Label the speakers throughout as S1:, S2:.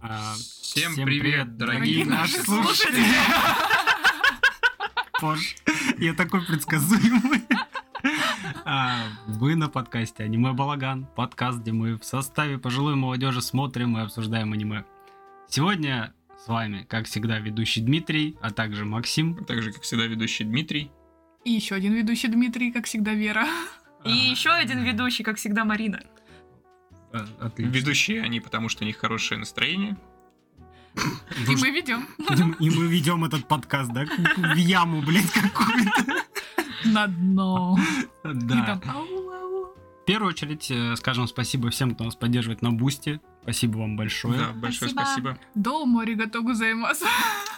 S1: А,
S2: А,
S1: Всем, привет, дорогие наши слушатели!
S2: Позже. Я такой предсказуемый. А, Вы на подкасте «Аниме Балаган», подкаст, где мы в составе пожилой молодежи смотрим и обсуждаем аниме. Сегодня с вами, как всегда, ведущий Дмитрий, а также Максим.
S1: А также, как всегда, ведущий Дмитрий.
S3: И еще один ведущий Дмитрий, как всегда, Вера.
S4: И еще один ведущий, как всегда, Марина.
S2: А, Отлично.
S1: Ведущие они, потому что у них хорошее настроение.
S3: И мы ведем.
S2: И мы ведем этот подкаст, да, в яму, блядь, какую-то.
S3: На дно. И
S2: Да.
S3: там ау, ау.
S2: В первую очередь э, скажем спасибо всем, кто нас поддерживает на Бусти. Спасибо вам большое.
S1: Да, большое
S4: Спасибо.
S1: спасибо.
S3: До моря готовы займаться.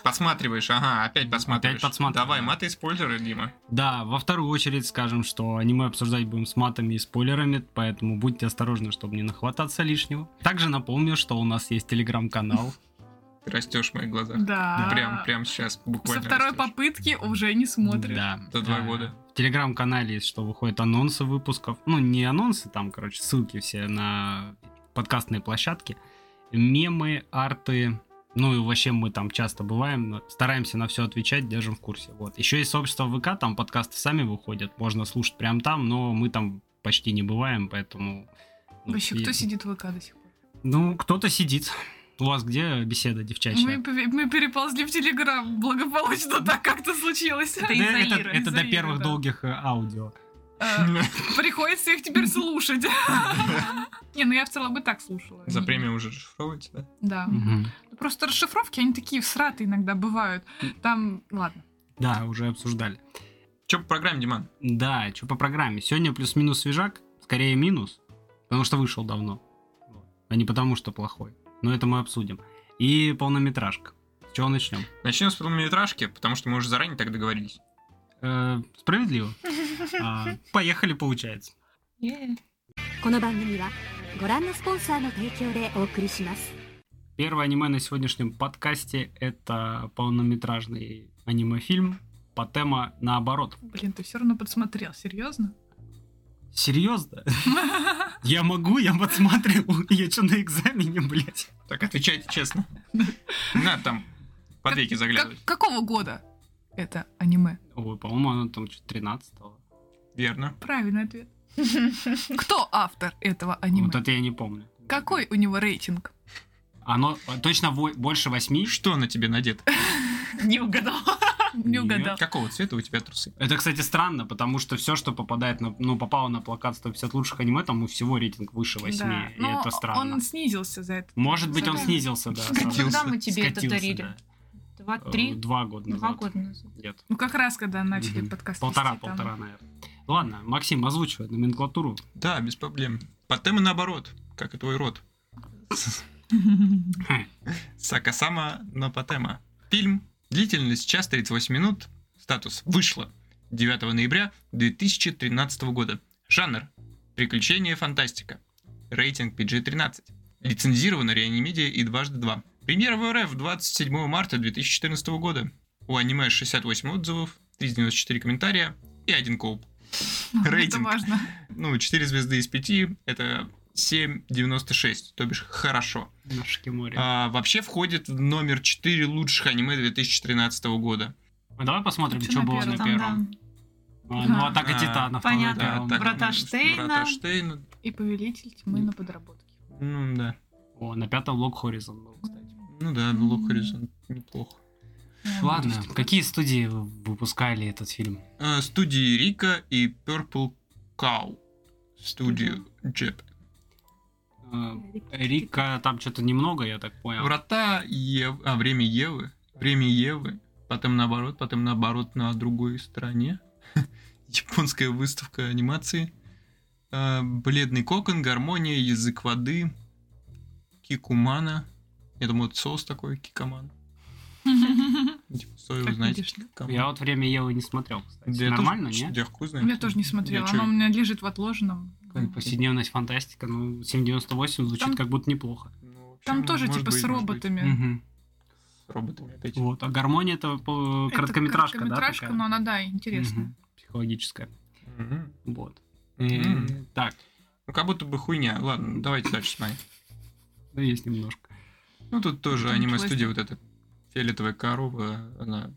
S1: Подсматриваешь, ага, опять подсматриваешь.
S2: подсматриваю.
S1: Давай, маты и спойлеры, Дима.
S2: Да, во вторую очередь скажем, что аниме обсуждать будем с матами и спойлерами, поэтому будьте осторожны, чтобы не нахвататься лишнего. Также напомню, что у нас есть телеграм-канал.
S1: Ты растешь в моих глазах.
S2: Ну,
S3: Да.
S1: Прям, прям сейчас,
S3: Со
S1: буквально.
S3: второй
S1: растёшь.
S3: попытки уже не смотрим.
S2: Да.
S1: За два
S2: Э,
S1: года.
S2: В телеграм-канале есть, что выходят анонсы выпусков. Ну, не анонсы, там, короче, ссылки все на подкастные площадки. Мемы, арты. Ну и вообще мы там часто бываем, стараемся на все отвечать, держим в курсе. Вот. Еще есть сообщество ВК, там подкасты сами выходят, можно слушать прям там, но мы там почти не бываем, поэтому... ну,
S3: Вообще,
S2: и-
S3: кто сидит в ВК до сих пор?
S2: Ну, кто-то сидит. У вас где беседа девчачья?
S3: Мы, пе- мы переползли в Телеграм. Благополучно так как-то случилось.
S4: Это
S2: Да,
S4: из-за
S2: это,
S4: Иры,
S2: это
S3: из-за
S2: до
S3: Иры,
S2: первых
S3: да.
S2: долгих э, аудио.
S3: Э, Приходится их теперь слушать. Не, ну я в целом бы так слушала.
S1: За премию уже расшифровывается, да?
S3: Да.
S2: Мгм.
S3: Просто расшифровки, они такие всратые иногда бывают. Там, ладно.
S2: Да, уже обсуждали.
S1: Че по программе, Диман?
S2: Да, что по программе. Сегодня плюс-минус свежак, скорее минус, потому что вышел давно, Вот. а не потому что плохой. Но это мы обсудим. И полнометражка. С чего начнем?
S1: Начнем с полнометражки, потому что мы уже заранее так договорились.
S2: Э, справедливо. А, поехали, получается.
S5: この番組はご覧のスポンサーの提供でお送りします
S2: Первое аниме на сегодняшнем подкасте это полнометражный аниме-фильм по тема наоборот.
S3: Блин, ты все равно подсмотрел, серьезно?
S2: Серьезно? Я могу, я подсмотрел. Я что на экзамене, блядь?
S1: Так, отвечайте честно. Не надо там под веки заглядывать.
S3: какого года это аниме?
S2: Ой, по-моему, оно там что-то 13
S1: Верно.
S3: Правильный ответ. Кто автор этого аниме?
S2: Вот это я не помню.
S3: Какой у него рейтинг?
S2: Оно э, точно во- больше восьми.
S1: Что на тебе надето?
S4: Не угадал.
S3: Не угадал.
S1: Какого цвета у тебя трусы?
S2: Это, кстати, странно, потому что все, что попадает на, ну, попало на плакат 150 лучших аниме, там у всего рейтинг выше 8,
S3: Да,
S2: и
S3: но
S2: это странно.
S3: Он снизился за это.
S2: Может быть, он
S4: Зато-
S2: снизился, да.
S1: Скатился.
S4: Когда мы тебе это
S2: Скатился,
S4: дарили?
S2: да.
S4: Два,
S2: Э,
S4: три,
S2: Два года назад.
S4: два года назад.
S2: Где-то.
S3: Ну, как раз, когда начали
S2: Мгм.
S3: подкаст
S2: Полтора,
S3: вести, там.
S2: полтора, наверное. Ладно, Максим, озвучивай номенклатуру.
S1: Да, без проблем. По теме наоборот, как и твой рот. Сакасама на Патема. Фильм. Длительность час 38 минут. Статус. Вышло 9 ноября 2013 года. Жанр. Приключения и фантастика. Рейтинг PG-13. Лицензировано Реанимедиа и дважды два. Премьера в РФ 27 марта 2014 года. У аниме 68 отзывов, 394 комментария и один колб.
S3: Это
S1: Рейтинг.
S3: важно.
S1: Ну, 4 звезды из 5 это 7,96, то бишь хорошо.
S2: На Шикиморе.
S1: А, вообще входит в номер 4 лучших аниме 2013 года.
S2: А давай посмотрим,
S3: Чё
S2: что
S3: на
S2: было на
S3: первом,
S2: первом. А, Ну,
S3: Ага.
S2: Атака
S1: А,
S2: Титанов. там на
S4: понятно. Да,
S2: первом.
S4: так. Врата Штейна.
S1: ну, Врата Штейна.
S3: И повелитель тьмы на подработке.
S1: Ну да.
S2: О, на пятом Лог Хоризон был, кстати.
S1: Ну да, Лук Хоризонт неплохо.
S2: Ладно, какие студии выпускали этот фильм?
S1: А, студии Рика и Purple Cow. Студию Джеп.
S2: Э, Рика там что-то немного, я так понял.
S1: Врата Евы. А, время Евы. Время Евы. Потом наоборот, потом наоборот на другой стороне. Японская выставка анимации. А, Бледный кокон, гармония, язык воды. Кикумана. Я думаю, это соус такой, кикоман. Типа, сой, вы
S3: Как
S1: знаете,
S3: видишь, да?
S1: кикоман.
S2: Я вот время Евы не смотрел, кстати.
S1: Да я тоже-
S2: Нормально,
S1: ч-
S2: нет?
S1: да Я хуй знает.
S3: Я тоже не смотрела,
S1: Я чё,
S3: оно у меня лежит в отложенном.
S2: Повседневность фантастика, ну, 7.98 звучит
S3: Там-
S2: как будто неплохо.
S1: ну, вообще,
S3: Там тоже
S1: может
S3: типа
S1: быть,
S3: с
S1: может быть.
S3: роботами.
S2: Мгм.
S1: С роботами опять.
S2: Вот, а гармония это по- э,
S3: Это
S2: короткометражка, да?
S3: короткометражка,
S2: такая?
S3: но она, да, интересная.
S2: Мгм. Психологическая.
S1: Мгм.
S2: Вот.
S1: Мгм.
S2: Э, Так,
S1: Ну, как будто бы хуйня. Ладно, давайте дальше смотри.
S2: ну, есть немножко.
S1: Ну, тут тоже
S3: Потом
S1: аниме-студия, вот эта фиолетовая корова, она...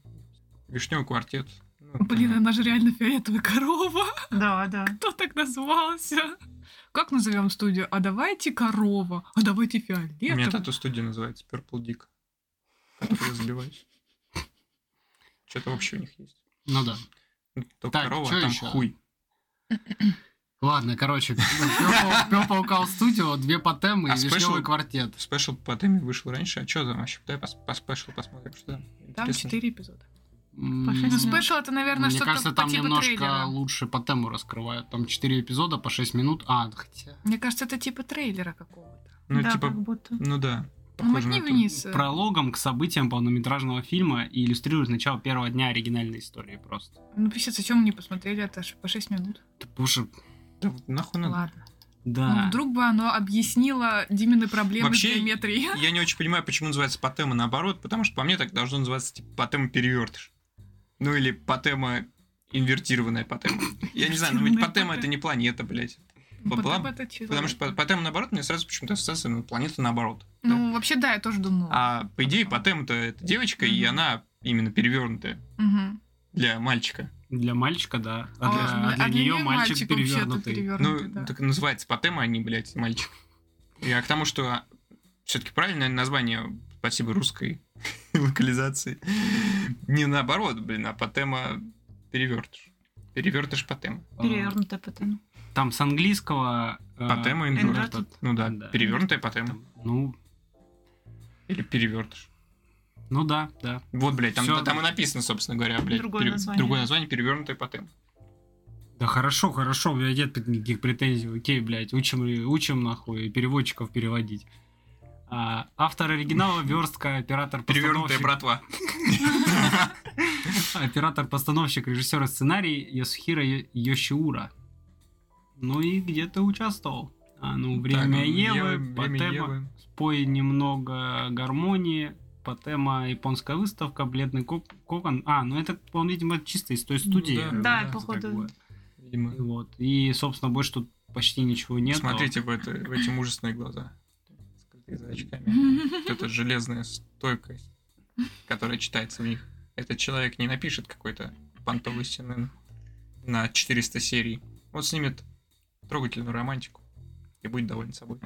S1: Вишневый квартет. Ну,
S3: Блин, она же реально фиолетовая корова.
S4: Да, да.
S3: Кто так назвался? Как назовем студию? А давайте корова, а давайте
S1: У меня
S3: фиолетовая.
S1: тату-студия называется Purple Dick. Которую я забиваюсь. Что-то вообще у них есть.
S2: Ну да.
S1: То
S2: Так,
S1: корова,
S2: чё
S1: а там
S2: ещё?
S1: хуй.
S2: Ладно, короче, Purple Purple Cow Studio, две потемы
S1: А
S2: и вишневый
S1: Special?
S2: квартет.
S1: Спешл по теме вышел раньше. А что там вообще? Дай пос- по спешлу посмотрим, что там.
S3: Там
S1: Интересно.
S3: четыре эпизода.
S2: М,
S4: По шесть
S3: Ну,
S4: минут.
S3: спешл это, наверное,
S2: Мне
S3: что-то
S2: кажется,
S3: по
S2: там
S3: типу
S2: немножко
S3: трейлера.
S2: лучше по тему раскрывают. Там 4 эпизода по 6 минут. А, хотя...
S3: Мне кажется, это типа трейлера какого-то.
S1: Ну,
S4: да,
S1: типа,
S4: как будто.
S1: ну да.
S3: Ну,
S1: Похоже
S3: мотни
S1: на то.
S3: вниз. э,
S2: Прологом к событиям полнометражного фильма и иллюстрирует начало первого дня оригинальной истории просто.
S3: Ну, писец, зачем мы не посмотрели? Это ж по 6 минут.
S2: Да, Потому что...
S1: Да вот нахуй надо.
S3: Ладно. Ну,
S2: Да.
S3: вдруг бы оно объяснило Димины проблемы
S1: Вообще,
S3: с геометрией.
S1: Я не очень понимаю, почему называется по тема наоборот, потому что по мне так должно называться типа по тема перевертыш. Ну или по тема инвертированная по тема. Я не знаю, ну ведь по
S3: Инвертированная
S1: тема
S3: по
S1: это не планета, блядь.
S3: Потом
S1: была-
S3: это человек.
S1: Потому что по- по тему наоборот мне сразу почему-то ассоциация на планета наоборот.
S3: Ну, вообще, да, я тоже думала.
S1: А по идее по тему-то это девочка, и
S3: Мгм.
S1: она именно перевернутая
S3: Мгм.
S1: для мальчика.
S2: Для мальчика, да. А
S3: А,
S2: для, а для нее мальчик
S3: вообще-то
S2: перевернутый.
S3: перевёрнутый,
S1: Ну,
S3: да.
S1: так и называется по тема, а не, блядь, мальчик. Я к тому, что все-таки правильное название, спасибо русской локализации. Не наоборот, блин, а по тема перевертыш. Перевертыш по тему.
S2: а.
S4: Перевернутая потом.
S2: Там с английского... э,
S1: По тема
S4: Inverted.
S1: inverted. Ну да,
S2: Да.
S1: перевернутая по тему.
S2: там, Ну,
S1: Или перевертыш.
S2: ну да, да.
S1: Вот, блядь, там,
S2: Всё.
S1: там и написано, собственно говоря, блядь.
S4: Другое название.
S1: Другое название, перевернутая по тему.
S2: Да хорошо, хорошо, у меня нет никаких претензий. Окей, блядь, учим, учим нахуй переводчиков переводить. А, автор оригинала, верстка, оператор,
S1: Перевернутая
S2: постановщик,
S1: братва.
S2: оператор, постановщик, режиссер и сценарий Ясухира Ё- Йошиура. Ну и где-то участвовал. А, ну, время
S1: Так,
S2: Евы,
S1: время
S2: Потема,
S1: Евы.
S2: спой немного гармонии, Потема, японская выставка, бледный кок- кокон. А, ну это, он, видимо, чисто из той
S1: Ну
S2: студии.
S1: да,
S4: Да,
S1: да,
S2: как бы.
S4: походу.
S1: Видимо.
S2: И Вот. И, собственно, больше тут почти ничего нет.
S1: Смотрите в, это, в эти мужественные глаза. Скрытые за очками. Вот эта железная стойкость, которая читается в них. Этот человек не напишет какой-то понтовый CNN на 400 серий. Он снимет трогательную романтику и будет доволен собой.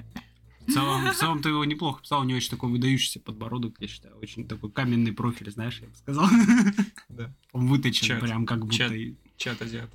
S2: В целом, в целом ты его неплохо писал, у него очень такой выдающийся подбородок, я считаю. Очень такой каменный профиль, знаешь, я бы сказал.
S1: Да.
S2: Он выточен
S1: Чат.
S2: прям как будто.
S1: Чат.
S2: и
S1: Чат азиат.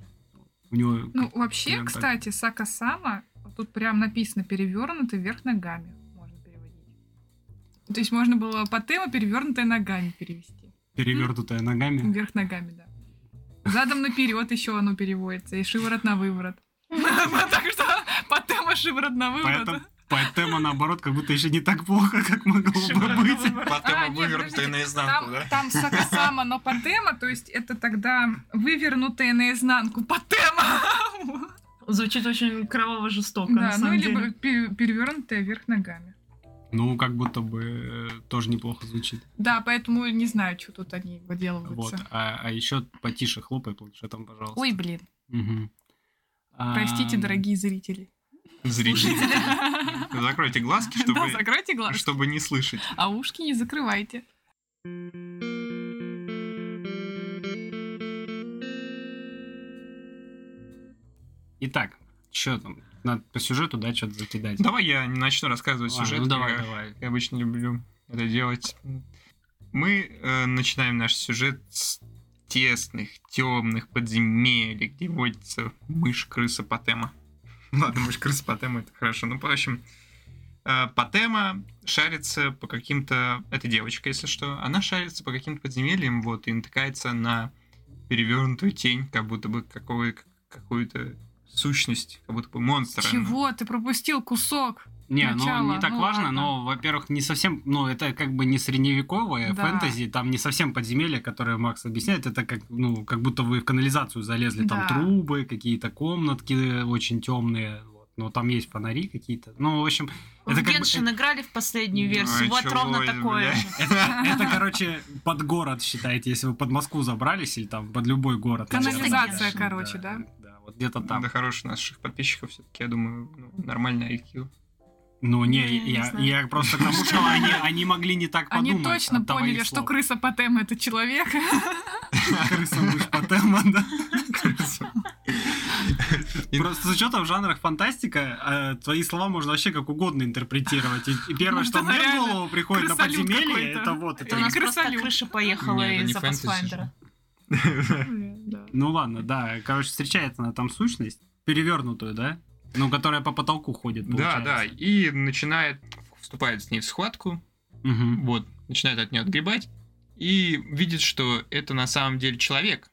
S2: У него...
S3: Ну, вообще,
S2: прям так.
S3: кстати, Сакасама, тут прям написано перевернутый вверх ногами. Можно переводить. То есть можно было по тему перевернутая ногами перевести.
S2: Перевернутая ногами.
S3: Вверх ногами, да. Задом наперед еще оно переводится. И шиворот на выворот. Так что по тему шиворот на
S2: Поэтому
S3: выворот.
S2: поэтому, наоборот, как будто еще не так плохо, как могло бы Типа быть.
S3: А,
S1: Потом
S3: нет,
S1: вывернутая
S3: подождите,
S1: наизнанку,
S3: там,
S1: да?
S3: Там сакасама, но по тема, то есть это тогда вывернутая наизнанку по тема.
S4: Звучит очень кроваво жестоко, на
S3: Да, ну
S4: самом
S3: либо
S4: деле.
S3: пе- перевернутая вверх ногами.
S2: Ну, как будто бы э, тоже неплохо звучит.
S3: Да, поэтому не знаю, что тут они
S2: Вот.
S3: выделываются.
S2: А, еще потише хлопай планшетом, пожалуйста.
S3: Ой, блин,
S2: Мгм. А,
S3: простите, дорогие зрители.
S1: Зрители. Закройте глазки,
S3: Да,
S1: чтобы,
S3: закройте глаза,
S1: чтобы не слышать.
S3: а ушки не закрывайте.
S2: Итак, что там? Надо по сюжету, да, что-то закидать.
S1: Давай я начну рассказывать
S2: А,
S1: сюжет.
S2: ну давай,
S1: я-
S2: давай.
S1: я обычно люблю это делать. Мы э, начинаем наш сюжет с тесных, темных подземелий, где водится мышь-крыса Потема. Ладно, мышь-крыса Потема, это хорошо. Ну, в общем, э, Потема шарится по каким-то... Это девочка, если что. Она шарится по каким-то подземельям, вот, и натыкается на перевернутую тень, как будто бы какого- какую-то сущность, как будто бы монстра.
S3: Чего? Ты пропустил кусок.
S2: Не, ну
S3: Начало,
S2: не так
S3: ну
S2: важно,
S3: ладно.
S2: но, во-первых, не совсем, ну это как бы не средневековое а
S3: Да.
S2: фэнтези, там не совсем подземелье, которое Макс объясняет, это как, ну, как будто вы в канализацию залезли, там
S3: Да.
S2: трубы, какие-то комнатки очень темные, вот, но там есть фонари какие-то, ну, в общем,
S4: В
S2: это как бы-
S4: Геншин играли в последнюю
S2: Ну,
S4: версию.
S1: а
S4: Вот
S1: чего
S4: ровно
S1: это,
S4: такое
S1: блядь?
S4: же.
S2: это, короче, под город, считаете, если вы под Москву забрались или там под любой город.
S3: Канализация,
S2: Да,
S3: короче, да?
S2: Да, вот где-то там.
S1: Да хороших наших подписчиков все-таки, я думаю, ну, нормальный IQ.
S2: Ну, не,
S4: Не, не
S2: я,
S4: знаю.
S2: я просто к тому, что они, они могли не так подумать.
S3: Они точно
S2: от того и
S3: поняли, что
S2: слово.
S3: крыса Патема это человек.
S2: крыса мышь Патэма, да.
S1: И-
S2: Просто с учетом в жанрах фантастика, э, твои слова можно вообще как угодно интерпретировать. И, и первое,
S3: Ну,
S2: что
S3: это
S2: мне в
S3: реально
S2: голову приходит на
S3: крысолют
S2: подземелье,
S3: какой-то.
S2: это вот
S4: Это у нас
S2: это.
S3: И
S4: просто
S3: крысолют.
S4: крыша поехала
S1: Не, это не
S4: из-за
S1: фэнтези
S4: Pathfinder.
S3: Да.
S2: Ну ладно, да, короче, встречается она там сущность, перевернутую, да? Ну, которая по потолку ходит,
S1: Да, да.
S2: получается.
S1: И начинает, вступает с ней в схватку,
S2: Мгм.
S1: вот, начинает от нее отгребать, и видит, что это на самом деле человек,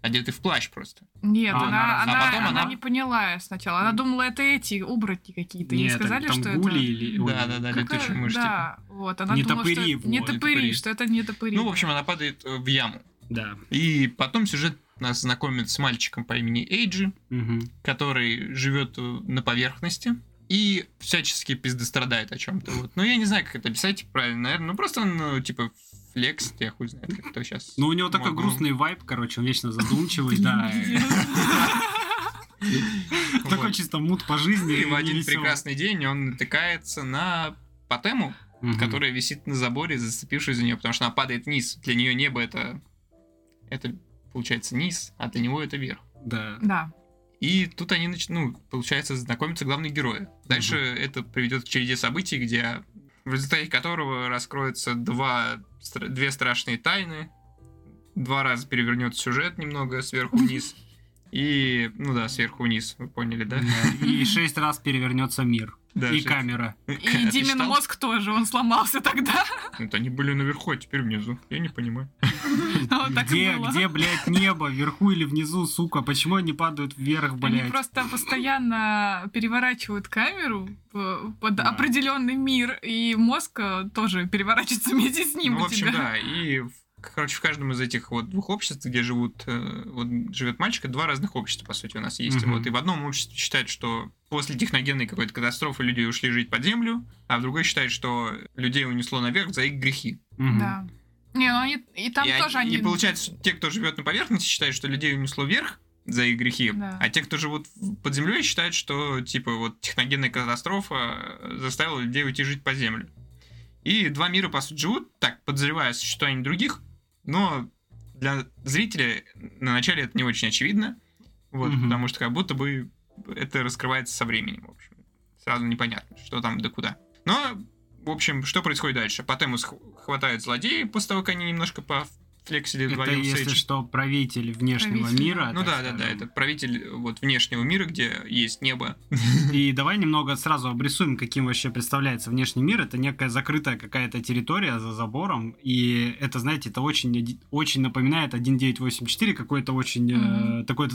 S1: одетый в плащ просто.
S3: Нет,
S2: А,
S3: она,
S2: она
S1: раз- а
S3: она,
S1: потом
S3: она
S1: она-
S3: не поняла сначала. Она думала, это эти оборотни какие-то.
S2: Не,
S3: Ей
S2: это
S3: сказали,
S2: там
S3: что
S2: гули
S3: это...
S2: или... ой,
S1: Да-да-да,
S2: как-
S1: летучие
S3: Какая-
S1: мыши,
S3: Да, вот, она
S2: Не
S3: думала, что
S2: топыри,
S3: это не
S2: вот,
S1: не
S3: топыри,
S1: топыри.
S3: что это не топыри.
S1: типа. Ну, в общем, она падает э, в яму.
S2: Да.
S1: И потом сюжет нас знакомит с мальчиком по имени Эйджи,
S2: Мгм.
S1: который живет э, на поверхности и всячески пиздострадает о чем-то. Вот. Ну, я не знаю, как это писать правильно, наверное. Ну, просто он, ну, типа, флекс, я хуй знает, как это сейчас.
S2: Ну, у него такой
S1: модно.
S2: грустный вайб, короче, он вечно задумчивый, да.
S1: Вот.
S2: Такой чисто мут по жизни.
S1: И в один
S2: невесёлый.
S1: прекрасный день он натыкается на потему,
S2: Мгм.
S1: которая висит на заборе, зацепившись за нее, потому что она падает вниз. Для нее небо это... Это, получается, низ, а для него это верх.
S2: Да.
S3: Да.
S1: И тут они, нач- ну, получается, знакомятся главные герои. Дальше это приведет к череде событий, где в результате которого раскроются два, стра- две страшные тайны, два раза перевернет сюжет немного сверху вниз, и, ну да, сверху вниз, вы поняли, да?
S2: Да, И шесть раз перевернется мир.
S1: Да,
S2: И
S1: шесть.
S2: камера.
S3: И
S1: Ты
S3: Димин
S1: читал?
S3: мозг тоже, он сломался тогда.
S1: Ну, Вот они были наверху, а теперь внизу. Я не понимаю.
S3: Вот так и
S2: где,
S3: было.
S2: где, блядь, небо? Вверху или внизу, сука? Почему они падают вверх,
S3: Они
S2: блядь?
S3: просто постоянно переворачивают камеру э, под
S2: Да.
S3: определенный мир, и мозг э, тоже переворачивается вместе с ним
S1: Ну, в
S3: у
S1: общем,
S3: тебя.
S1: да. И, в- короче, в каждом из этих вот двух обществ, где живут, э, вот живет мальчик, это два разных общества, по сути, у нас есть.
S2: Мгм.
S1: Вот, и в одном обществе считают, что после техногенной какой-то катастрофы люди ушли жить под землю, а в другой считает, что людей унесло наверх за их грехи.
S2: Мгм.
S3: Да. Не, ну они, и там
S1: и, они-
S3: тоже они...
S1: и получается, что те, кто живет на поверхности, считают, что людей унесло вверх за их грехи,
S3: Да.
S1: а те, кто живут в- под землей, считают, что типа вот техногенная катастрофа э, заставила людей уйти жить под землю. И два мира, по сути, живут, так, подозревая существование других, но для зрителя на начале это не очень очевидно, вот,
S2: Мгм.
S1: потому что как будто бы это раскрывается со временем, в общем. Сразу непонятно, что там да куда. Но, Ну, в общем, что происходит дальше? По тему сх- хватают злодеи после того, как они немножко пофлексили
S2: Это,
S1: вдвоем с
S2: если
S1: Эйджи.
S2: что, правитель внешнего
S3: Правитель,
S2: мира.
S1: Ну
S2: так
S1: да, да, да,
S2: скажем.
S1: это правитель э, вот внешнего мира, где есть небо.
S2: И давай немного сразу обрисуем, каким вообще представляется внешний мир. Это некая закрытая какая-то территория за забором. И это, знаете, это очень, оди- очень напоминает 1984, какое-то очень э,
S3: Мгм.
S2: такое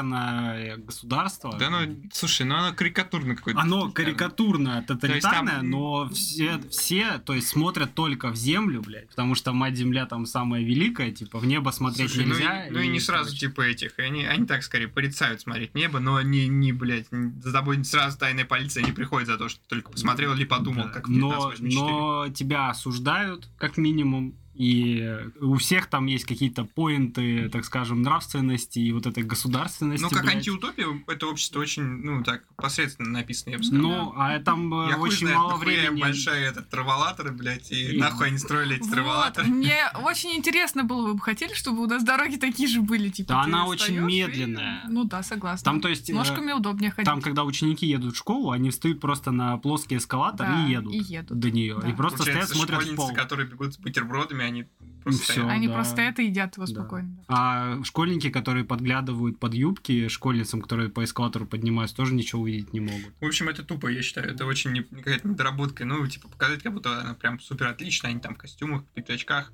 S2: тоталитарное государство.
S1: Да, ну, слушай, ну оно карикатурно какое-то.
S2: Оно
S1: карикатурно.
S2: карикатурно
S1: То
S2: тоталитарное,
S1: есть там-
S2: но все, все, то есть смотрят только в землю, блядь, потому что мать земля там самая великая, типа в небо смотреть
S1: Слушай, ну и-
S2: нельзя.
S1: Ну, и не сразу
S2: короче.
S1: типа этих. Они, они так скорее порицают смотреть небо, но они не, блядь, н- за тобой сразу тайная полиция не приходит за то, что ты только посмотрел или подумал,
S2: Да.
S1: как в
S2: но,
S1: 1984.
S2: но тебя осуждают, как минимум, и у всех там есть какие-то поинты, так скажем, нравственности и вот этой государственности.
S1: Ну, как
S2: блядь.
S1: антиутопия, это общество очень, ну, так, посредственно написано, я бы сказал.
S2: Ну, а там э,
S1: я хуй
S2: очень
S1: знает,
S2: мало
S1: нахуя им
S2: времени.
S1: большие этот траволаторы, блядь, и
S2: И-
S1: нахуй они строили эти
S3: Вот,
S1: траволаторы.
S3: мне очень интересно было, вы бы хотели, чтобы у нас дороги такие же были, типа.
S2: Да
S3: ты
S2: она очень
S3: встаёшь и-
S2: медленная.
S3: Ну да, согласна.
S2: Там, то есть, э,
S3: Ножками удобнее ходить.
S2: там, когда ученики едут в школу, они встают просто на плоский эскалатор
S3: Да,
S2: и едут
S3: и едут.
S2: до нее.
S3: Да.
S2: И просто
S1: Получается,
S2: стоят, смотрят в
S1: школьницы,
S2: пол.
S1: которые бегут с бутербродами, они просто
S2: всё.
S1: стоят.
S3: Они
S2: Ну да.
S3: просто это едят его
S2: Да.
S3: спокойно. да.
S2: А школьники, которые подглядывают под юбки, школьницам, которые по эскалатору поднимаются, тоже ничего увидеть не могут.
S1: В общем, это тупо, я считаю. Это очень не- какая-то недоработка. Ну, типа, показать, как будто она прям супер отлично. Они там в костюмах, в пиджачках.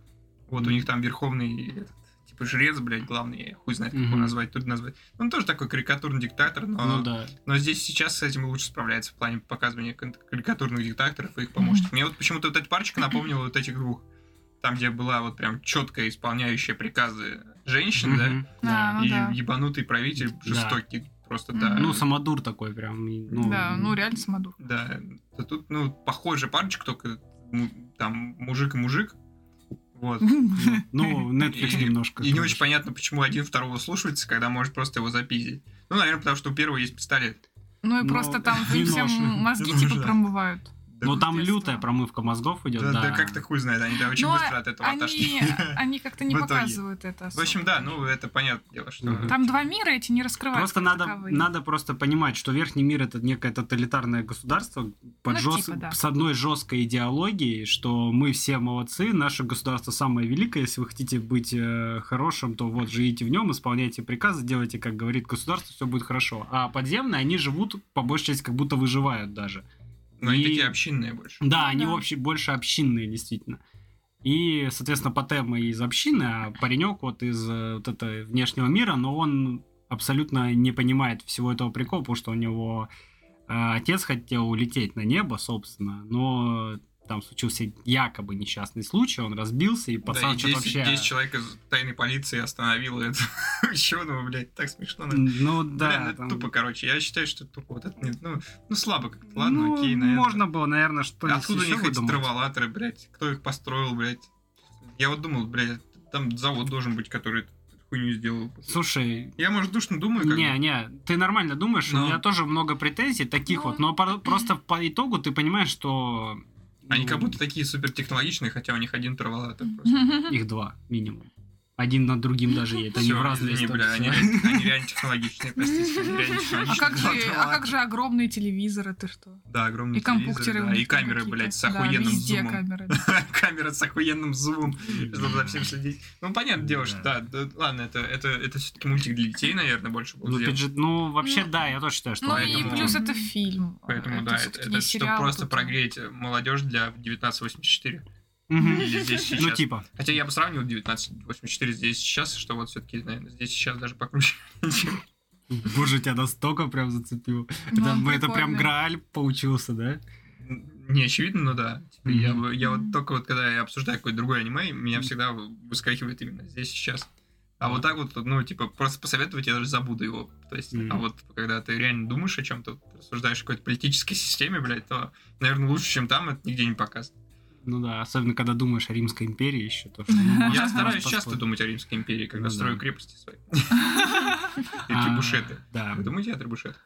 S1: Вот у них там верховный этот, типа жрец, блядь, главный, я хуй знает, как его
S2: Мгм.
S1: назвать, тут назвать. Ну, Он тоже такой карикатурный диктатор, но,
S2: Ну да.
S1: но здесь сейчас с этим лучше справляется в плане показывания кон- карикатурных диктаторов и их помощников. Мне вот почему-то вот эта парочка напомнила вот этих двух. Там, где была вот прям четкая исполняющая приказы женщин, да,
S2: Мгм.
S3: Да, ну
S1: и
S3: да.
S1: ебанутый правитель
S2: Да.
S1: жестокий, просто
S3: Мгм.
S1: да.
S2: Ну, самодур такой прям. и, Ну,
S3: Да, ну реально самодур.
S1: Да, да тут, ну, похожая парочка, только м, там мужик и мужик. Вот.
S2: Ну, Netflix
S1: И-
S2: немножко.
S1: И не
S2: короче.
S1: очень понятно, почему один второго слушается, когда может просто его запиздить. Ну, наверное, потому что у первого есть пистолет.
S3: Ну и
S2: Ну,
S3: просто там
S2: не
S3: всем
S2: нужно. Не
S3: мозги типа
S1: нужно.
S3: промывают.
S2: Ну там
S3: детства.
S2: лютая промывка мозгов идет,
S1: Да,
S2: да.
S1: да как-то хуй знает, они да, очень
S3: Ну, а
S1: быстро от этого отошли.
S3: Они, они как-то не
S1: В итоге.
S3: показывают это.
S1: В общем,
S3: особо.
S1: да, ну это понятное дело, что...
S2: Мгм.
S3: Там два мира эти не раскрываются.
S2: Просто
S3: как
S2: надо,
S3: таковые.
S2: надо просто понимать, что верхний мир это некое тоталитарное государство под
S3: Ну,
S2: жёст-
S3: типа, да.
S2: с одной жесткой идеологией, что мы все молодцы, наше государство самое великое, если вы хотите быть э, хорошим, то вот живите в нем, исполняйте приказы, делайте, как говорит государство, все будет хорошо. А подземные, они живут по большей части как будто выживают даже.
S1: Но ну, они
S2: И-
S1: такие общинные больше.
S2: Да, они
S3: да.
S2: вообще больше общинные, действительно. И, соответственно, Патема из общины, а паренек вот из э, вот этого внешнего мира, но он абсолютно не понимает всего этого прикола, потому что у него э, отец хотел улететь на небо, собственно, но там случился якобы несчастный случай, он разбился, и
S1: Да,
S2: пацан
S1: и
S2: что-то
S1: 10,
S2: вообще...
S1: 10 человек из тайной полиции остановило это. Чего, ну, блядь, так смешно. ну.
S2: Ну
S1: Блин,
S2: да,
S1: это
S2: там-
S1: тупо, короче. Я считаю, что это тупо. Вот это нет, ну, ну слабо как-то. Ладно,
S2: Ну,
S1: окей, наверное.
S2: Можно было, наверное, что-нибудь
S1: Откуда у
S2: ещё
S1: них эти
S2: выдумать.
S1: траволаторы, блядь? Кто их построил, блядь? Я вот думал, блядь, там завод должен быть, который эту хуйню сделал.
S2: Слушай,
S1: Я, может, душно думаю, Ну, как
S2: Не,
S1: бы.
S2: не, ты нормально думаешь,
S1: Ну.
S2: у меня тоже много претензий таких
S3: Ну.
S2: вот, но по- просто по итогу ты понимаешь, что...
S1: Они
S2: ну,
S1: как будто такие супертехнологичные, хотя у них один траволатор просто.
S3: Мгм.
S2: Их два минимум. Один над другим даже, это не
S1: Всё,
S2: в разные
S1: извини, бля,
S2: стороны.
S1: они, они реально технологичные, простите. они реально
S3: А
S1: технологичные.
S3: как же, а
S1: Траволаторы.
S3: как же огромные телевизоры, ты что?
S1: Да, огромный
S3: И компьютеры.
S1: телевизор,
S3: у
S1: да, и
S3: них там
S1: камеры,
S3: какие-то.
S1: блядь, с
S3: Да,
S1: охуенным
S3: везде
S1: зумом.
S3: камеры.
S1: Камера с охуенным зумом, чтобы за всем следить. Ну, понятное дело, что да, да, ладно, это, это, это все-таки мультик для детей, наверное, больше был
S2: Ну,
S1: сделан.
S2: PG ну, вообще,
S3: Ну.
S2: да, я тоже считаю, что...
S3: Ну и
S1: Поэтому-
S3: плюс это фильм.
S1: Поэтому, да, это,
S3: А, всё-таки
S1: это
S3: не
S1: чтобы
S3: сериал,
S1: просто
S3: тут-
S1: прогреть молодежь для 1984.
S2: Мгм.
S1: Или здесь сейчас.
S2: Ну, типа.
S1: Хотя я бы сравнил 1984 здесь и сейчас, что вот все-таки, наверное, здесь и сейчас даже покруче.
S2: Боже, тебя настолько прям зацепило.
S3: Ну,
S2: Это,
S3: он
S2: это прям
S3: прикольный.
S2: Грааль получился, да?
S1: Не очевидно, но да. Типа, Я,
S2: Мгм.
S1: бы- я вот только вот, когда я обсуждаю какое-то другое аниме, меня всегда выскакивает именно здесь и сейчас. А вот так вот, ну, типа, просто посоветовать, я даже забуду его. То есть,
S2: Мгм.
S1: а вот когда ты реально думаешь о чем-то, рассуждаешь о какой-то политической системе, блядь, то, наверное, лучше, чем там, это нигде не показано.
S2: Ну да, особенно когда думаешь о Римской империи еще. То, что,
S1: Я стараюсь часто думать о Римской империи, когда
S2: Ну да.
S1: строю крепости свои. И трибушеты.
S2: А, Да.
S1: Вы думаете о трибушетах?